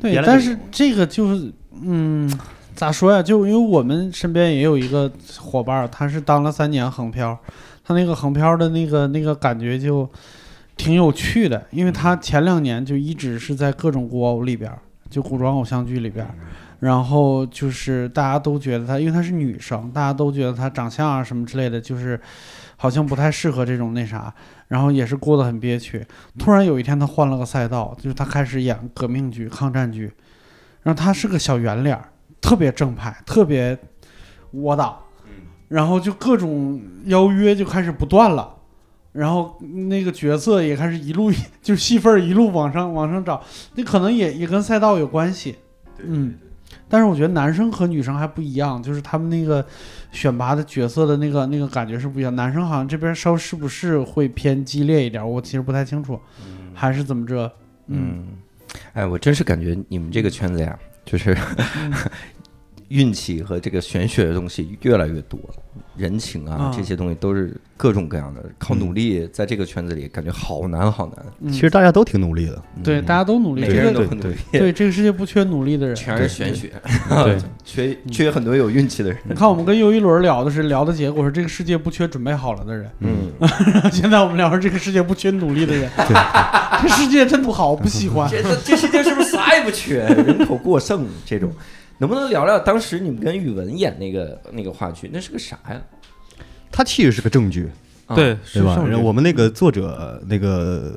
[SPEAKER 2] 对
[SPEAKER 6] 原，来
[SPEAKER 2] 但
[SPEAKER 6] 就是
[SPEAKER 2] 这个就是嗯。咋说呀？就因为我们身边也有一个伙伴儿，他是当了三年横漂，他那个横漂的那个那个感觉就挺有趣的，因为他前两年就一直是在各种古偶里边儿，就古装偶像剧里边儿，然后就是大家都觉得她，因为她是女生，大家都觉得她长相啊什么之类的，就是好像不太适合这种那啥，然后也是过得很憋屈。突然有一天他换了个赛道，就是他开始演革命剧、抗战剧，然后他是个小圆脸儿，特别正派，特别窝囊，然后就各种邀约就开始不断了。然后那个角色也开始一路就是戏份儿一路往上往上涨，那可能也也跟赛道有关系，嗯。但是我觉得男生和女生还不一样，就是他们那个选拔的角色的那个那个感觉是不一样。男生好像这边稍微是不是会偏激烈一点，我其实不太清楚，还是怎么着？嗯，
[SPEAKER 1] 嗯，哎，我真是感觉你们这个圈子呀，就是 <laughs> 运气和这个玄学的东西越来越多，人情啊
[SPEAKER 2] 啊
[SPEAKER 1] 这些东西都是各种各样的，靠努力在这个圈子里感觉好难好难。
[SPEAKER 2] 嗯
[SPEAKER 6] 其实大家都挺努力的，
[SPEAKER 1] 嗯
[SPEAKER 2] 对，大家都努力，
[SPEAKER 1] 每个
[SPEAKER 2] 这
[SPEAKER 1] 人
[SPEAKER 2] 个
[SPEAKER 1] 都很努力，
[SPEAKER 2] 对这个世界不缺努力的人，
[SPEAKER 1] 全是玄 <laughs> 学，
[SPEAKER 7] 对，
[SPEAKER 1] 缺缺很多有运气的人。
[SPEAKER 2] 你看，我们跟又一轮聊的是聊的结果是这个世界不缺准备好了的人，
[SPEAKER 1] 嗯，
[SPEAKER 2] <laughs> 现在我们聊是这个世界不缺努力
[SPEAKER 1] <laughs>
[SPEAKER 2] 的人， <laughs> 这世界真不好，我不喜
[SPEAKER 1] <laughs>
[SPEAKER 2] 欢。
[SPEAKER 1] 这这这世界是不是啥也不缺？啊人口过剩 <laughs> 这种，能不能聊聊当时你们跟宇文演那个那个话剧，那是个啥呀？
[SPEAKER 6] 它其实是个证据，
[SPEAKER 1] 啊
[SPEAKER 7] 对，是
[SPEAKER 6] 对吧？
[SPEAKER 7] 圣
[SPEAKER 6] 然后
[SPEAKER 7] 人
[SPEAKER 6] 我们那个作者那个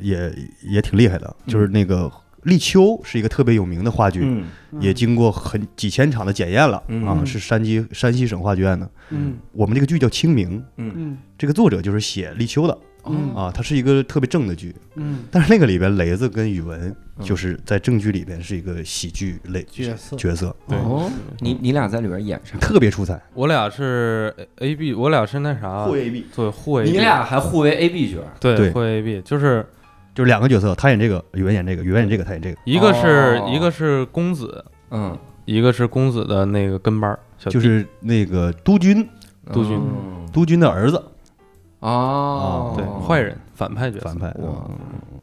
[SPEAKER 6] 也也挺厉害的，就是那个立秋是一个特别有名的话剧，
[SPEAKER 1] 嗯
[SPEAKER 6] 也经过很几千场的检验了、
[SPEAKER 1] 嗯
[SPEAKER 6] 啊，是山西山西省话剧院的。
[SPEAKER 2] 嗯
[SPEAKER 6] 我们这个剧叫《清明》，
[SPEAKER 2] 嗯
[SPEAKER 6] 这个作者就是写立秋的
[SPEAKER 1] 哦
[SPEAKER 2] 嗯
[SPEAKER 6] 啊，它是一个特别正的剧。
[SPEAKER 2] 嗯，
[SPEAKER 6] 但是那个里边雷子跟宇文
[SPEAKER 1] 嗯
[SPEAKER 6] 就是在正剧里边是一个喜剧类
[SPEAKER 2] 角色
[SPEAKER 6] 角色，
[SPEAKER 7] 对
[SPEAKER 1] 哦，你你俩在里边演 <laughs> 啥？
[SPEAKER 6] 特别出彩。
[SPEAKER 7] 我俩是 A B，我俩是那啥，
[SPEAKER 1] 啊
[SPEAKER 6] A B
[SPEAKER 7] 对互 A，
[SPEAKER 1] 你俩还互为 A B 角儿，
[SPEAKER 7] 对
[SPEAKER 6] 对
[SPEAKER 7] 互 A B，就是
[SPEAKER 6] 就是两个角色，他演这个，宇文演这个，宇文演这个，他演这个，
[SPEAKER 7] 一个是
[SPEAKER 1] 哦
[SPEAKER 7] 一个是公子，
[SPEAKER 1] 嗯，
[SPEAKER 7] 一个是公子的那个跟班儿，小弟
[SPEAKER 6] 就是那个督军，
[SPEAKER 7] 杜鹃
[SPEAKER 1] 嗯
[SPEAKER 6] 督军的儿子，
[SPEAKER 1] 哦，
[SPEAKER 7] 对坏人反派角色
[SPEAKER 6] 反，派。
[SPEAKER 1] 哇，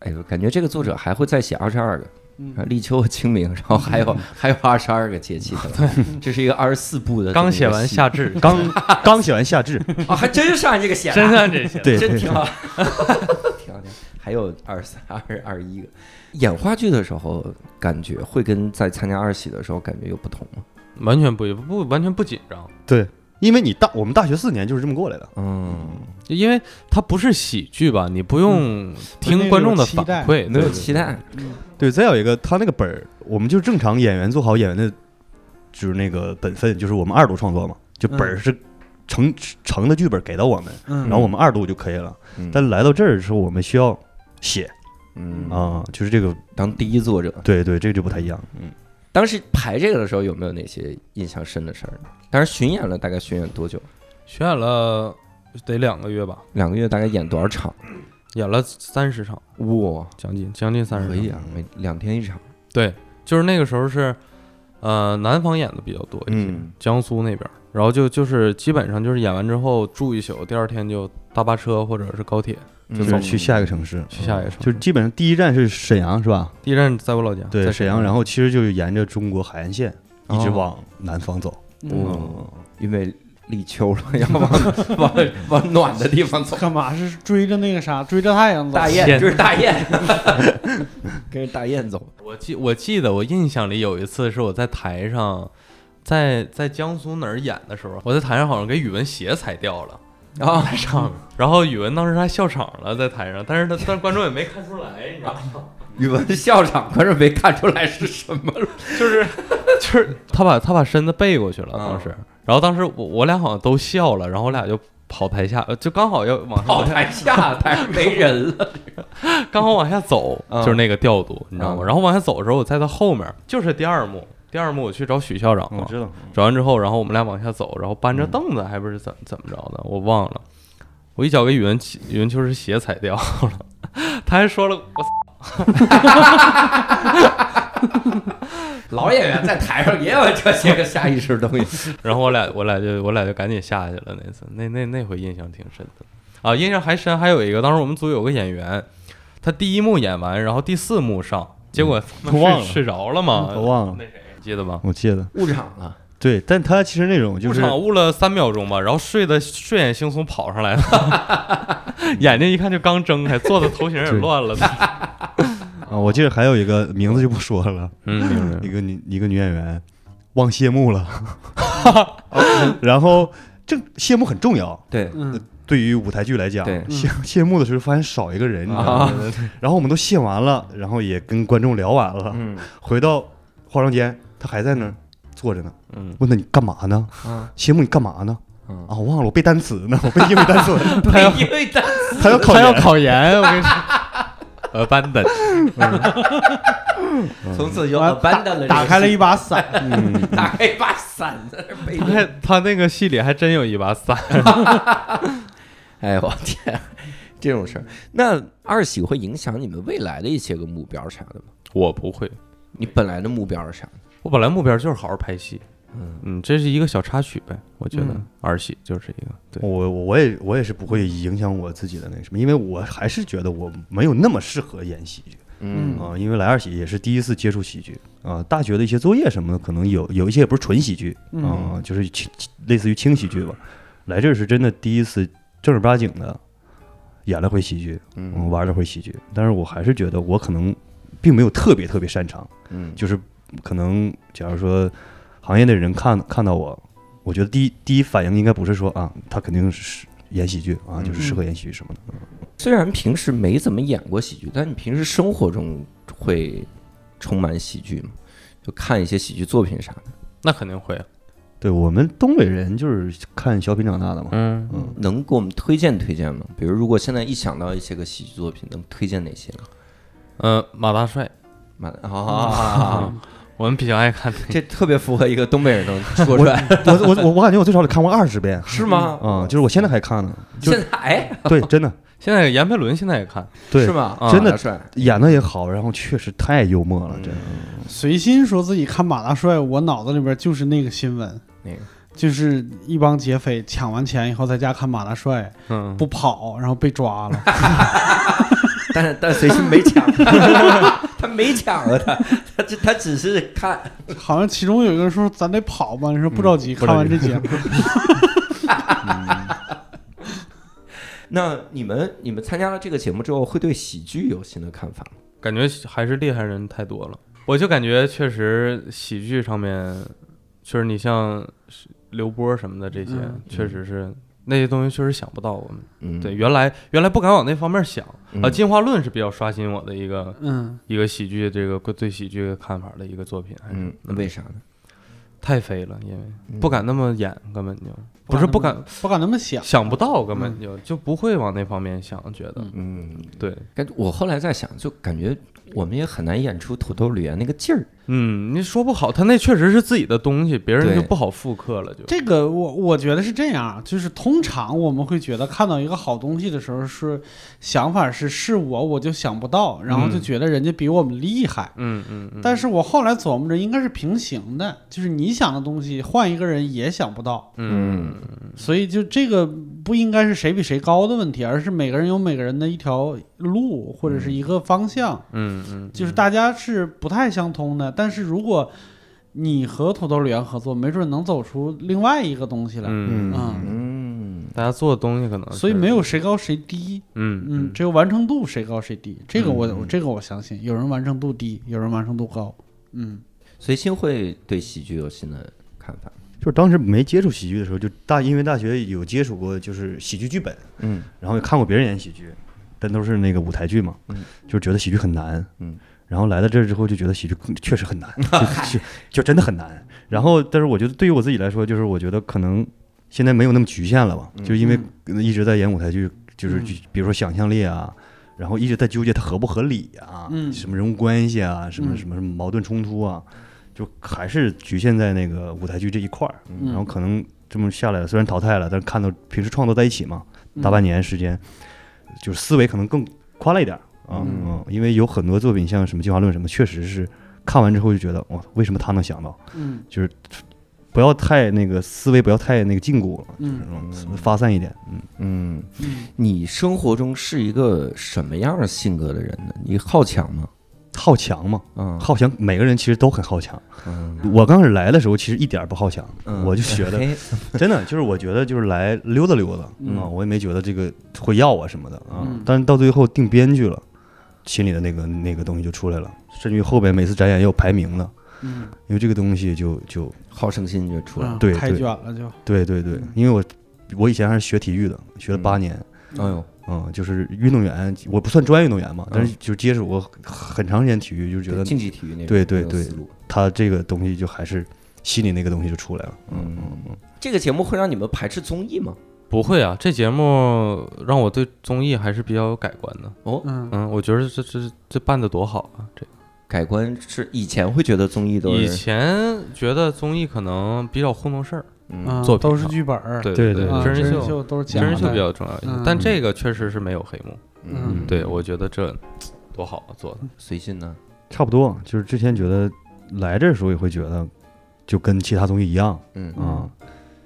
[SPEAKER 1] 哎呦，感觉这个作者还会再写二十二个。
[SPEAKER 2] 嗯
[SPEAKER 1] 啊立秋、清明，然后还有还有二十二个节气的了，这是一个二十四部的这么一个戏。
[SPEAKER 7] 刚写
[SPEAKER 1] <laughs>
[SPEAKER 7] 完夏至，
[SPEAKER 6] 刚刚写完夏至，
[SPEAKER 1] 啊，还真是按这个写的，
[SPEAKER 7] 真按这些，
[SPEAKER 6] 对，
[SPEAKER 1] 真挺
[SPEAKER 6] 对
[SPEAKER 1] 好，挺好挺好。还有二十三、二二十一个，演话剧的时候感觉会跟在参加二喜的时候感觉有不同吗？
[SPEAKER 7] 完全不不完全不紧张，
[SPEAKER 6] 因为你大我们大学四年就是这么过来的，
[SPEAKER 1] 嗯，
[SPEAKER 7] 因为它不是喜剧吧，你不用
[SPEAKER 2] 那
[SPEAKER 7] 听
[SPEAKER 2] 个
[SPEAKER 7] 观
[SPEAKER 2] 有
[SPEAKER 7] 众的
[SPEAKER 2] 期
[SPEAKER 7] 反
[SPEAKER 2] 待
[SPEAKER 7] 馈，
[SPEAKER 1] 没有
[SPEAKER 7] 对
[SPEAKER 1] 期待，
[SPEAKER 6] 对。再有一个，他那个本儿，我们就正常演员做好演员的，就是那个本分，就是我们二度创作嘛，就本儿是成成的剧本给到我们，
[SPEAKER 2] 嗯，
[SPEAKER 6] 然后我们二度就可以了。
[SPEAKER 1] 嗯
[SPEAKER 6] 但来到这儿的时候，我们需要写
[SPEAKER 1] 嗯
[SPEAKER 6] 啊，就是这个，
[SPEAKER 1] 当第一作者，
[SPEAKER 6] 对对，这个就不太一样。嗯，
[SPEAKER 1] 当时排这个的时候有没有哪些印象深的事儿呢？当时巡演了大概巡演多久？
[SPEAKER 7] 巡演了得两个月吧，
[SPEAKER 1] 两个月大概演多少场？
[SPEAKER 7] 演了三十场，
[SPEAKER 1] 哇，
[SPEAKER 7] 将近将近三十
[SPEAKER 1] 可
[SPEAKER 7] 场，
[SPEAKER 1] 以啊，每两天一场。
[SPEAKER 7] 对，就是那个时候是，呃，南方演的比较多一些，
[SPEAKER 1] 嗯
[SPEAKER 7] 江苏那边儿，然后就就是基本上就是演完之后住一宿，第二天就大巴车或者是高铁
[SPEAKER 6] 就
[SPEAKER 1] 就是
[SPEAKER 6] 去下一个城市，
[SPEAKER 7] 去下一个城市。
[SPEAKER 6] 就是基本上第一站是沈阳，是吧？
[SPEAKER 7] 第一站在我老 <laughs> 家，
[SPEAKER 6] 对，
[SPEAKER 7] 嗯在
[SPEAKER 6] 沈阳，然后其实就是沿着中国海岸线一直
[SPEAKER 1] 哦
[SPEAKER 6] 往南方走。
[SPEAKER 1] 嗯，因为立秋了，要往往往暖的地方走。
[SPEAKER 2] 干嘛是追着那个啥，追着太阳走？
[SPEAKER 1] 大雁就是大 <laughs> 雁，跟着大雁 <laughs> 走。
[SPEAKER 7] 我记我记得我印象里有一次是我在台上，在在江苏哪儿演的时候，我在台上好像给宇文鞋踩掉了。
[SPEAKER 1] 然后
[SPEAKER 7] 台上，然后宇文当时还笑场了，在台上，但是他但是观众也没看出来，你知道吗？
[SPEAKER 1] 语文校长观众没看出来是什么了。
[SPEAKER 7] 就是 <laughs> 就是他把他把身子背过去了，
[SPEAKER 1] 啊
[SPEAKER 7] 当时，然后当时我我俩好像都笑了，然后我俩就跑台下，呃就刚好要往
[SPEAKER 1] 跑
[SPEAKER 7] 上，
[SPEAKER 1] 台下，台上没人了。
[SPEAKER 7] 刚好往下走，
[SPEAKER 1] 啊
[SPEAKER 7] 就是那个调度，你知道吗？
[SPEAKER 1] 啊
[SPEAKER 7] 然后往下走的时候，我在他后面，就是第二幕，第二幕哦我去找许校
[SPEAKER 1] 嗯
[SPEAKER 7] 长嘛，
[SPEAKER 6] 道，
[SPEAKER 7] 找完之后，然后我们俩往下走，然后搬
[SPEAKER 6] 嗯
[SPEAKER 7] 着凳子，还不是怎怎么着的，我忘了。我一脚给宇文起宇文秋是鞋踩掉了， <laughs> 他还说了我操
[SPEAKER 1] 老演员在台上也有这些个下意识的东西。
[SPEAKER 7] 然后我俩我俩就我俩就赶紧下去了。那次那那那回印象挺深的啊，印象还深还有一个，当时我们组有个演员，他第一幕演完，然后第四幕上，结果他妈
[SPEAKER 6] 我嗯忘了嗯
[SPEAKER 7] 睡睡着了嘛，
[SPEAKER 6] 我忘了
[SPEAKER 7] 那谁记得吧？
[SPEAKER 6] 我记得。
[SPEAKER 1] 误场了，
[SPEAKER 6] 对，但他其实那种就
[SPEAKER 7] 入
[SPEAKER 6] 是
[SPEAKER 7] 场误了三秒钟吧，然后睡得睡眼惺忪跑上来了，
[SPEAKER 6] <laughs>
[SPEAKER 7] 眼睛一看就刚睁开，做的头型也乱了。
[SPEAKER 6] 啊，我记得还有一个名字就不说了，
[SPEAKER 7] 嗯，明
[SPEAKER 6] 一个女一个女演员忘谢幕了，然后这谢幕很重要，
[SPEAKER 1] 对，
[SPEAKER 2] 嗯
[SPEAKER 6] 对于舞台剧来讲
[SPEAKER 1] 对，
[SPEAKER 6] 谢谢幕的时候发现少一个人，你知道吗
[SPEAKER 1] 啊？
[SPEAKER 6] 然后我们都谢完了，然后也跟观众聊完了，
[SPEAKER 1] 嗯
[SPEAKER 6] 回到化妆间，他还在那儿坐着呢。
[SPEAKER 7] 嗯
[SPEAKER 6] 问他你干嘛呢？
[SPEAKER 1] 啊
[SPEAKER 6] 谢幕你干嘛呢？
[SPEAKER 1] 嗯，
[SPEAKER 6] 啊，我忘了，我背单词呢，我背英语单词，
[SPEAKER 1] <laughs> 因为单
[SPEAKER 6] 他要考
[SPEAKER 2] 他要
[SPEAKER 6] 研。
[SPEAKER 2] 考研，我跟你
[SPEAKER 7] <laughs>
[SPEAKER 2] 说，
[SPEAKER 7] ，abandon，
[SPEAKER 1] 从此就
[SPEAKER 2] 我要
[SPEAKER 1] abandon 了，
[SPEAKER 2] 打开了一把伞，
[SPEAKER 1] <laughs>
[SPEAKER 6] 嗯
[SPEAKER 1] 打开一把伞在那儿背着。
[SPEAKER 7] 他他那个戏里还真有一把伞，
[SPEAKER 1] <laughs> 哎，我天，这种事儿，那二喜会影响你们未来的一些个目标啥的吗？
[SPEAKER 7] 我不会，
[SPEAKER 1] 你本来的目标是啥？
[SPEAKER 7] 我本来目标就是好好拍戏，
[SPEAKER 1] 嗯
[SPEAKER 7] 嗯，这是一个小插曲呗，我觉得
[SPEAKER 1] 嗯
[SPEAKER 7] 儿戏就是一个对，
[SPEAKER 6] 我我我也我也是不会影响我自己的那个什么，因为我还是觉得我没有那么适合演喜剧
[SPEAKER 1] 嗯
[SPEAKER 6] 啊、因为来二喜也是第一次接触喜剧啊、大学的一些作业什么的，可能有有一些也不是纯喜剧
[SPEAKER 1] 嗯
[SPEAKER 6] 啊、就是轻类似于轻喜剧吧。来这儿是真的第一次正儿八经的演了回喜剧，嗯，玩了回喜剧，但是我还是觉得我可能并没有特别特别擅长，
[SPEAKER 1] 嗯
[SPEAKER 6] 就是可能假如说行业内人看看到我，我觉得第一第一反应应该不是说啊，他肯定是演喜剧啊，就
[SPEAKER 1] 嗯
[SPEAKER 6] 是适合演喜剧什么的。
[SPEAKER 1] 虽然平时没怎么演过喜剧，但你平时生活中会充满喜剧吗？就看一些喜剧作品啥的，
[SPEAKER 7] 那肯定会，
[SPEAKER 6] 对我们东北人就是看小品长大的嘛，
[SPEAKER 7] 嗯，
[SPEAKER 6] 嗯，
[SPEAKER 1] 能给我们推荐推荐吗？比如，如果现在一想到一些个喜剧作品，能推荐哪些呢？
[SPEAKER 7] 呃，马大帅，
[SPEAKER 1] 妈的
[SPEAKER 7] 嗯
[SPEAKER 1] 啊！
[SPEAKER 7] 我们比较爱看那
[SPEAKER 1] <laughs>
[SPEAKER 7] 个，
[SPEAKER 1] 这特别符合一个东北人能说出来，
[SPEAKER 6] 我我我我感觉我最少得看过二十遍
[SPEAKER 1] 是吗？
[SPEAKER 6] 啊，就是我现在还看呢，就
[SPEAKER 1] 现在哎，
[SPEAKER 6] 对，真的
[SPEAKER 7] 现在闫培伦现在也看，
[SPEAKER 6] 对
[SPEAKER 1] 是。吗？
[SPEAKER 7] 啊
[SPEAKER 6] 真的
[SPEAKER 1] 大帅，
[SPEAKER 6] 演的也好，然后确实太幽默了，真的。
[SPEAKER 2] 随心说自己看马大帅，我脑子里边就是那个新闻，
[SPEAKER 1] 那个
[SPEAKER 2] 就是一帮劫匪抢完钱以后，在家看马大帅
[SPEAKER 7] 嗯，
[SPEAKER 2] 不跑，然后被抓了。 <laughs>
[SPEAKER 1] 但但随心没 <laughs> 抢，他没抢啊，他他这他只是看，
[SPEAKER 2] 好像其中有一个人说咱得跑吧，你说不着急，看完这节目，
[SPEAKER 1] 那你们你们参加了这个节目之后，会对喜剧有新的看法吗？
[SPEAKER 7] 感觉还是厉害人太多了，我就感觉确实喜剧上面，就是你像刘波什么的这些，
[SPEAKER 2] 嗯
[SPEAKER 7] 确实是那些东西确实想不到我们。
[SPEAKER 1] 嗯，
[SPEAKER 7] 对，，原来原来不敢往那方面想
[SPEAKER 1] 嗯
[SPEAKER 7] 啊，进化论是比较刷新我的一个
[SPEAKER 2] 嗯，
[SPEAKER 7] 一个喜剧这个对喜剧看法的一个作品，还是
[SPEAKER 1] 嗯，那为啥呢？
[SPEAKER 7] 太飞了，因为
[SPEAKER 1] 嗯
[SPEAKER 7] 不敢那么演，根本就不是不敢
[SPEAKER 2] 不敢那么想，
[SPEAKER 7] 想不到，根本就就不会往那方面想，觉得
[SPEAKER 2] 嗯
[SPEAKER 1] 嗯，
[SPEAKER 7] 对，
[SPEAKER 1] 感我后来在想，就感觉我们也很难演出土豆吕岩那个劲儿，
[SPEAKER 7] 嗯，你说不好，他那确实是自己的东西，别人
[SPEAKER 1] 对
[SPEAKER 7] 就不好复刻了，就
[SPEAKER 2] 这个我我觉得是这样，啊就是通常我们会觉得看到一个好东西的时候是想法是是我我就想不到，然后就
[SPEAKER 7] 嗯
[SPEAKER 2] 觉得人家比我们厉害。
[SPEAKER 7] 嗯嗯嗯，
[SPEAKER 2] 但是我后来琢磨着，应该是平行的，就是你想的东西，换一个人也想不到，
[SPEAKER 7] 嗯
[SPEAKER 2] 所以就这个不应该是谁比谁高的问题，而是每个人有每个人的一条路或者是一个方向。
[SPEAKER 7] 嗯嗯，
[SPEAKER 2] 就是大家是不太相通的。但是如果你和土豆园合作，没准能走出另外一个东西来。
[SPEAKER 7] 嗯，
[SPEAKER 2] 嗯
[SPEAKER 1] 嗯，
[SPEAKER 7] 大家做的东西可能
[SPEAKER 2] 所以
[SPEAKER 7] 是
[SPEAKER 2] 没有谁高谁低，
[SPEAKER 7] 嗯
[SPEAKER 2] 嗯，只有完成度谁高谁低。这个我、
[SPEAKER 1] 嗯嗯
[SPEAKER 2] 这个我相信，有人完成度低，有人完成度高。嗯，
[SPEAKER 1] 随心会对喜剧有新的看法，
[SPEAKER 6] 就是当时没接触喜剧的时候，就大因为大学有接触过就是喜剧剧本，
[SPEAKER 1] 嗯，
[SPEAKER 6] 然后也看过别人演喜剧，但都是那个舞台剧嘛，
[SPEAKER 1] 嗯
[SPEAKER 6] 就是觉得喜剧很难，
[SPEAKER 1] 嗯，
[SPEAKER 6] 然后来到这儿之后就觉得喜剧更确实
[SPEAKER 1] <laughs>
[SPEAKER 6] 很难，就就就真的很难。然后，但是我觉得对于我自己来说，就是我觉得可能现在没有那么局限了吧，
[SPEAKER 1] 嗯
[SPEAKER 6] 就因为一直在演舞台剧，就是就比如说想象力啊。然后一直在纠结它合不合理啊，
[SPEAKER 2] 嗯
[SPEAKER 6] 什么人物关系啊，什么
[SPEAKER 2] 嗯
[SPEAKER 6] 什么什么矛盾冲突啊，就还是局限在那个舞台剧这一块儿。
[SPEAKER 2] 嗯
[SPEAKER 6] 然后可能这么下来了，虽然淘汰了，但是看到平时创作在一起嘛，
[SPEAKER 2] 嗯
[SPEAKER 6] 大半年时间，就是思维可能更宽了一点儿啊，
[SPEAKER 1] 嗯
[SPEAKER 6] 嗯，因为有很多作品像什么进化论什么，确实是看完之后就觉得哇，为什么他能想到？
[SPEAKER 2] 嗯
[SPEAKER 6] 就是不要太那个思维，不要太那个禁锢了，
[SPEAKER 2] 嗯
[SPEAKER 6] 就是嗯发散一点，嗯，
[SPEAKER 1] 嗯，
[SPEAKER 2] 嗯，
[SPEAKER 1] 你生活中是一个什么样性格的人呢？你好强吗？
[SPEAKER 6] 好强嘛，
[SPEAKER 1] 嗯
[SPEAKER 6] 好强，每个人其实都很好强。
[SPEAKER 1] 嗯，
[SPEAKER 6] 我刚开始来的时候，其实一点儿不好强，
[SPEAKER 1] 嗯
[SPEAKER 6] 我就觉得
[SPEAKER 1] 嘿
[SPEAKER 6] <laughs> 真的就是，我觉得就是来溜达溜达、
[SPEAKER 2] 嗯
[SPEAKER 6] 啊，我也没觉得这个会要啊什么的啊。
[SPEAKER 2] 嗯
[SPEAKER 6] 但是到最后定编剧了，心里的那个那个东西就出来了，甚至于后边每次展演也有排名的，
[SPEAKER 2] 嗯，
[SPEAKER 6] 因为这个东西就就
[SPEAKER 1] 好胜心就出来了。
[SPEAKER 2] 啊
[SPEAKER 6] 对
[SPEAKER 2] 太
[SPEAKER 6] 对
[SPEAKER 2] 卷了就，
[SPEAKER 6] 对对对，因为我我以前还是学体育的，学了八年，
[SPEAKER 1] 哎呦，
[SPEAKER 6] 嗯，就是运动员，我不算专业运动员嘛，但是就接触过很长时间体育，就是觉
[SPEAKER 1] 对
[SPEAKER 6] 得
[SPEAKER 1] 竞技体育那种
[SPEAKER 6] 对对
[SPEAKER 1] 那种
[SPEAKER 6] 对
[SPEAKER 1] 思路
[SPEAKER 6] 他这个东西就还是心里那个东西就出来了。嗯嗯嗯，
[SPEAKER 1] 这个节目会让你们排斥综艺吗？
[SPEAKER 7] 不会啊，这节目让我对综艺还是比较有改观的。
[SPEAKER 2] 嗯，
[SPEAKER 7] 嗯，我觉得这这这办的多好啊！这
[SPEAKER 1] 改观是以前会觉得综艺都
[SPEAKER 7] 以
[SPEAKER 1] 是
[SPEAKER 7] 前觉得综艺可能比较糊弄事儿，
[SPEAKER 1] 嗯
[SPEAKER 2] 嗯
[SPEAKER 7] 作品
[SPEAKER 2] 都是
[SPEAKER 7] 上
[SPEAKER 2] 剧本儿，
[SPEAKER 7] 对
[SPEAKER 6] 对
[SPEAKER 7] 对
[SPEAKER 6] 对
[SPEAKER 2] 啊，
[SPEAKER 7] 真人秀
[SPEAKER 2] 秀都是假
[SPEAKER 7] 真
[SPEAKER 2] 的，
[SPEAKER 7] 人秀比较重要一些
[SPEAKER 2] 嗯，
[SPEAKER 7] 但这个确实是没有黑幕。
[SPEAKER 2] 嗯
[SPEAKER 7] 对，我觉得这多好啊，做的。
[SPEAKER 1] 随信呢，
[SPEAKER 6] 差不多，就是之前觉得来这儿的时候也会觉得，就跟其他综艺一样
[SPEAKER 1] 嗯
[SPEAKER 6] 啊，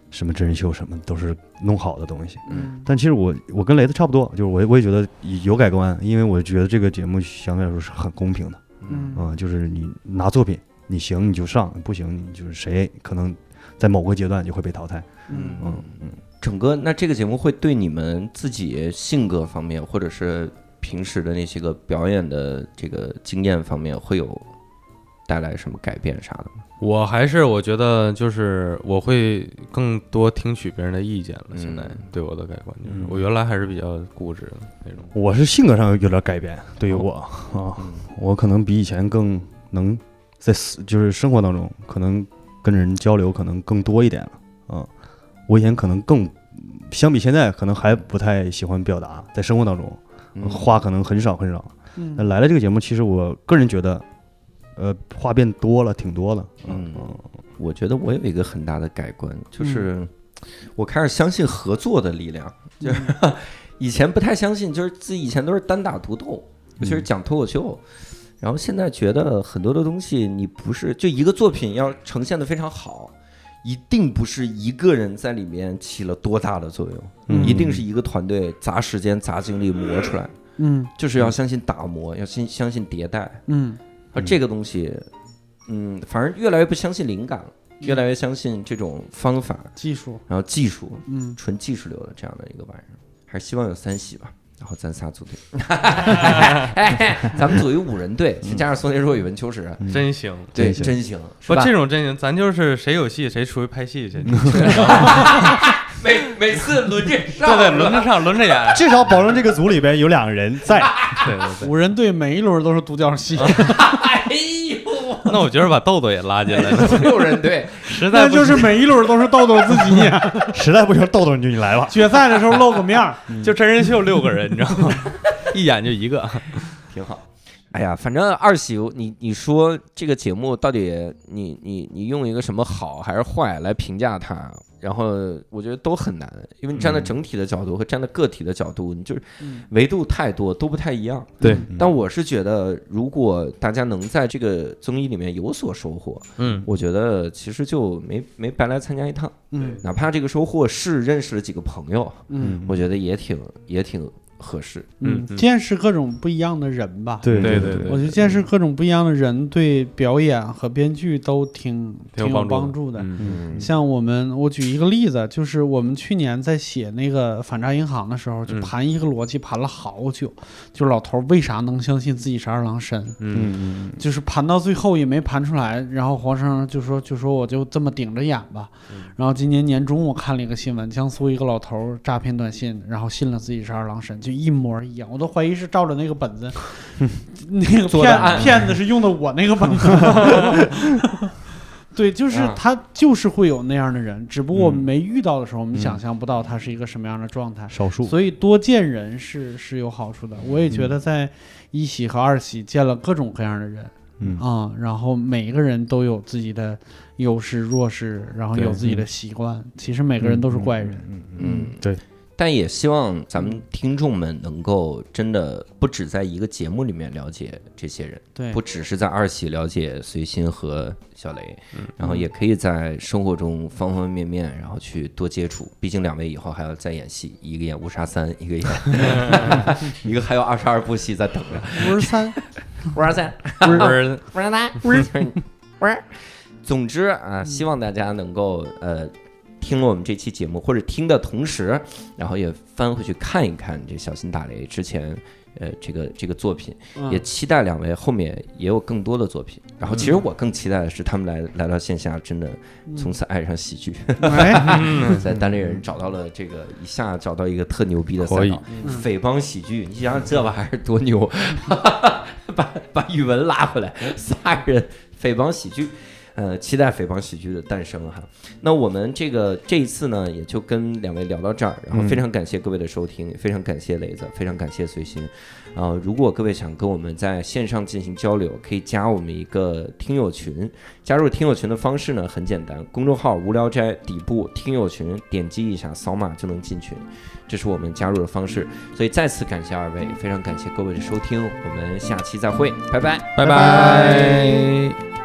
[SPEAKER 6] 什么真人秀什么都是弄好的东西。
[SPEAKER 2] 嗯，
[SPEAKER 6] 但其实我我跟雷子差不多，就是我我也觉得有改观，因为我觉得这个节目相对来说是很公平的
[SPEAKER 2] 嗯
[SPEAKER 6] 啊，就是你拿作品，你行你就上，不行你就是谁可能在某个阶段就会被淘汰。
[SPEAKER 2] 嗯
[SPEAKER 6] 嗯嗯，
[SPEAKER 1] 整个那这个节目会对你们自己性格方面，或者是平时的那些个表演的这个经验方面，会有带来什么改变啥的吗？
[SPEAKER 7] 我还是我觉得就是我会更多听取别人的意见了。现在
[SPEAKER 1] 嗯
[SPEAKER 7] 对我的改观就是
[SPEAKER 6] 嗯，
[SPEAKER 7] 我原来还是比较固执的那种。
[SPEAKER 6] 我是性格上有点改变，对于我啊，
[SPEAKER 1] 嗯
[SPEAKER 6] 我可能比以前更能在思就是生活当中，可能跟人交流可能更多一点了。嗯，我以前可能更相比现在，可能还不太喜欢表达，在生活当中、
[SPEAKER 1] 嗯
[SPEAKER 6] 话可能很少很少。那
[SPEAKER 2] 嗯
[SPEAKER 6] 来了这个节目，其实我个人觉得，呃，话变多了，挺多的。
[SPEAKER 1] 嗯，我觉得我有一个很大的改观，就是我开始相信合作的力量，就是 <laughs> 以前不太相信，就是自己以前都是单打独斗，尤其是讲脱口秀。然后现在觉得很多的东西，你不是就一个作品要呈现的非常好，一定不是一个人在里面起了多大的作用，
[SPEAKER 6] 嗯
[SPEAKER 1] 一定是一个团队砸时间、砸精力磨出来，
[SPEAKER 2] 嗯
[SPEAKER 1] 就是要相信打磨，要信相信迭代，
[SPEAKER 2] 嗯
[SPEAKER 1] 而这个东西，嗯，反正越来越不相信灵感了，越来越相信这种方法，
[SPEAKER 2] 技术，
[SPEAKER 1] 然后技术，
[SPEAKER 2] 嗯
[SPEAKER 1] 纯技术流的这样的一个玩意儿，还是希望有三喜吧。然后咱仨组队， <laughs> 哎咱们组一五人队，再加上宋天硕、宇文秋实，
[SPEAKER 7] 真行，
[SPEAKER 1] 嗯对，
[SPEAKER 6] 真行
[SPEAKER 1] 真行，是
[SPEAKER 7] 不
[SPEAKER 1] 吧
[SPEAKER 7] 这？种真行，咱就是谁有戏谁出去拍戏去。
[SPEAKER 1] 每每次 <laughs> 轮着上，
[SPEAKER 7] 对对，轮着上，轮着演。
[SPEAKER 6] 至少保证这个组里边有两个人 <laughs> 在。
[SPEAKER 7] 对对对，
[SPEAKER 2] 五人队每一轮都是独角戏，
[SPEAKER 1] 哎呦，
[SPEAKER 7] 那我觉得把豆豆也拉
[SPEAKER 1] <laughs>
[SPEAKER 7] 进来，
[SPEAKER 1] 六人队，
[SPEAKER 7] 实在
[SPEAKER 2] 那
[SPEAKER 7] 不
[SPEAKER 2] 就是每一轮都是豆豆自己演，
[SPEAKER 6] 实在不行，豆豆你就你来吧。
[SPEAKER 2] 决赛的时候露个面儿，
[SPEAKER 7] 行就真人秀六个人，你知道 <laughs> 吗？一演就一个。
[SPEAKER 1] 挺好。哎呀，反正二喜，你你说这个节目到底你你你用一个什么好还是坏来评价它？然后我觉得都很难，因为你站在整体的角度和站在个体的角度，你就是
[SPEAKER 2] 嗯
[SPEAKER 1] 维度太多，都不太一样。
[SPEAKER 7] 对
[SPEAKER 6] 嗯
[SPEAKER 1] 但我是觉得，如果大家能在这个综艺里面有所收获，
[SPEAKER 7] 嗯，
[SPEAKER 1] 我觉得其实就没没白来参加一趟。
[SPEAKER 2] 嗯
[SPEAKER 1] 哪怕这个收获是认识了几个朋友，
[SPEAKER 2] 嗯
[SPEAKER 1] 我觉得也挺也挺合适。
[SPEAKER 7] 嗯
[SPEAKER 2] 嗯，见识各种不一样的人吧。
[SPEAKER 6] 对
[SPEAKER 7] 对
[SPEAKER 6] 对
[SPEAKER 7] 对对
[SPEAKER 2] 我觉得见识各种不一样的人，对表演和编剧都挺
[SPEAKER 7] 挺
[SPEAKER 2] 有
[SPEAKER 7] 帮
[SPEAKER 2] 帮
[SPEAKER 7] 助
[SPEAKER 2] 助的。
[SPEAKER 7] 嗯
[SPEAKER 1] 嗯
[SPEAKER 2] 像我们，我举一个例子，就是我们去年在写那个反诈银行的时候，就
[SPEAKER 7] 嗯
[SPEAKER 2] 盘一个逻辑盘了好久，就是老头儿为啥能相信自己是二郎神，
[SPEAKER 7] 嗯
[SPEAKER 6] 嗯
[SPEAKER 2] 就是盘到最后也没盘出来。然后黄生就说：“就说我就这么顶着演吧。”
[SPEAKER 1] 嗯
[SPEAKER 2] 然后今年年中我看了一个新闻，江苏一个老头儿诈骗短信，然后信了自己是二郎神，就一模一样，我都怀疑是照着那个本
[SPEAKER 1] <laughs>
[SPEAKER 2] 子，那个
[SPEAKER 1] 做的
[SPEAKER 2] 骗
[SPEAKER 1] 案
[SPEAKER 2] 骗子是用的我那个本子。
[SPEAKER 1] <laughs>
[SPEAKER 2] <laughs> 对，就是
[SPEAKER 1] 啊
[SPEAKER 2] 他，就是会有那样的人，只不过我们
[SPEAKER 6] 嗯
[SPEAKER 2] 没遇到的时候，我们想象不到他是一个什么样的状态。
[SPEAKER 6] 少数。
[SPEAKER 2] 所以多见人是是有好处的。我也觉得在一喜和二喜见了各种各样的人
[SPEAKER 6] 嗯
[SPEAKER 2] 啊、然后每一个人都有自己的优势弱势，然后
[SPEAKER 7] 对
[SPEAKER 2] 有自己的习惯。其实每个人都是怪人。
[SPEAKER 6] 嗯嗯
[SPEAKER 1] 嗯，
[SPEAKER 6] 对。
[SPEAKER 1] 但也希望咱们听众们能够真的不只在一个节目里面了解这些人，
[SPEAKER 2] 对
[SPEAKER 1] 不，只是在二喜了解随心和小雷，
[SPEAKER 6] 嗯
[SPEAKER 1] 然后也可以在生活中方方面面，然后去多接触。毕竟两位以后还要再演戏，一个演误杀三，一个
[SPEAKER 6] <laughs>
[SPEAKER 1] 演 <laughs> 一个还有二十二部戏在等着。
[SPEAKER 2] 五十三，
[SPEAKER 1] 五二三，
[SPEAKER 7] 不是
[SPEAKER 1] 五二三，五 <laughs> 二五二。总之啊，希望大家能够呃听了我们这期节目，或者听的同时，然后也翻回去看一看这《小心打雷》之前呃这个这个作品，
[SPEAKER 4] 嗯
[SPEAKER 1] 也期待两位后面也有更多的作品。然后其实我更期待的是他们来来到线下，真的从此爱上喜剧，
[SPEAKER 2] 哎，
[SPEAKER 7] 嗯
[SPEAKER 1] 在单立人找到了这个一下找到一个特牛逼的
[SPEAKER 7] 可
[SPEAKER 1] 赛
[SPEAKER 7] 以
[SPEAKER 1] 道，匪帮喜剧，你想想这玩意儿多
[SPEAKER 7] <laughs>
[SPEAKER 1] 牛，把把语文拉回来，仨人匪帮喜剧。呃，期待匪帮喜剧的诞生哈。那我们这个这一次呢，也就跟两位聊到这儿，然后
[SPEAKER 7] 嗯
[SPEAKER 1] 非常感谢各位的收听，也非常感谢雷子，非常感谢随心。啊、如果各位想跟我们在线上进行交流，可以加我们一个听友群。加入听友群的方式呢很简单，公众号“无聊斋”底部听友群，点击一下扫码就能进群，这是我们加入的方式。所以再次感谢二位，非常感谢各位的收听，我们下期再会，拜拜，
[SPEAKER 7] 拜
[SPEAKER 6] 拜
[SPEAKER 7] 拜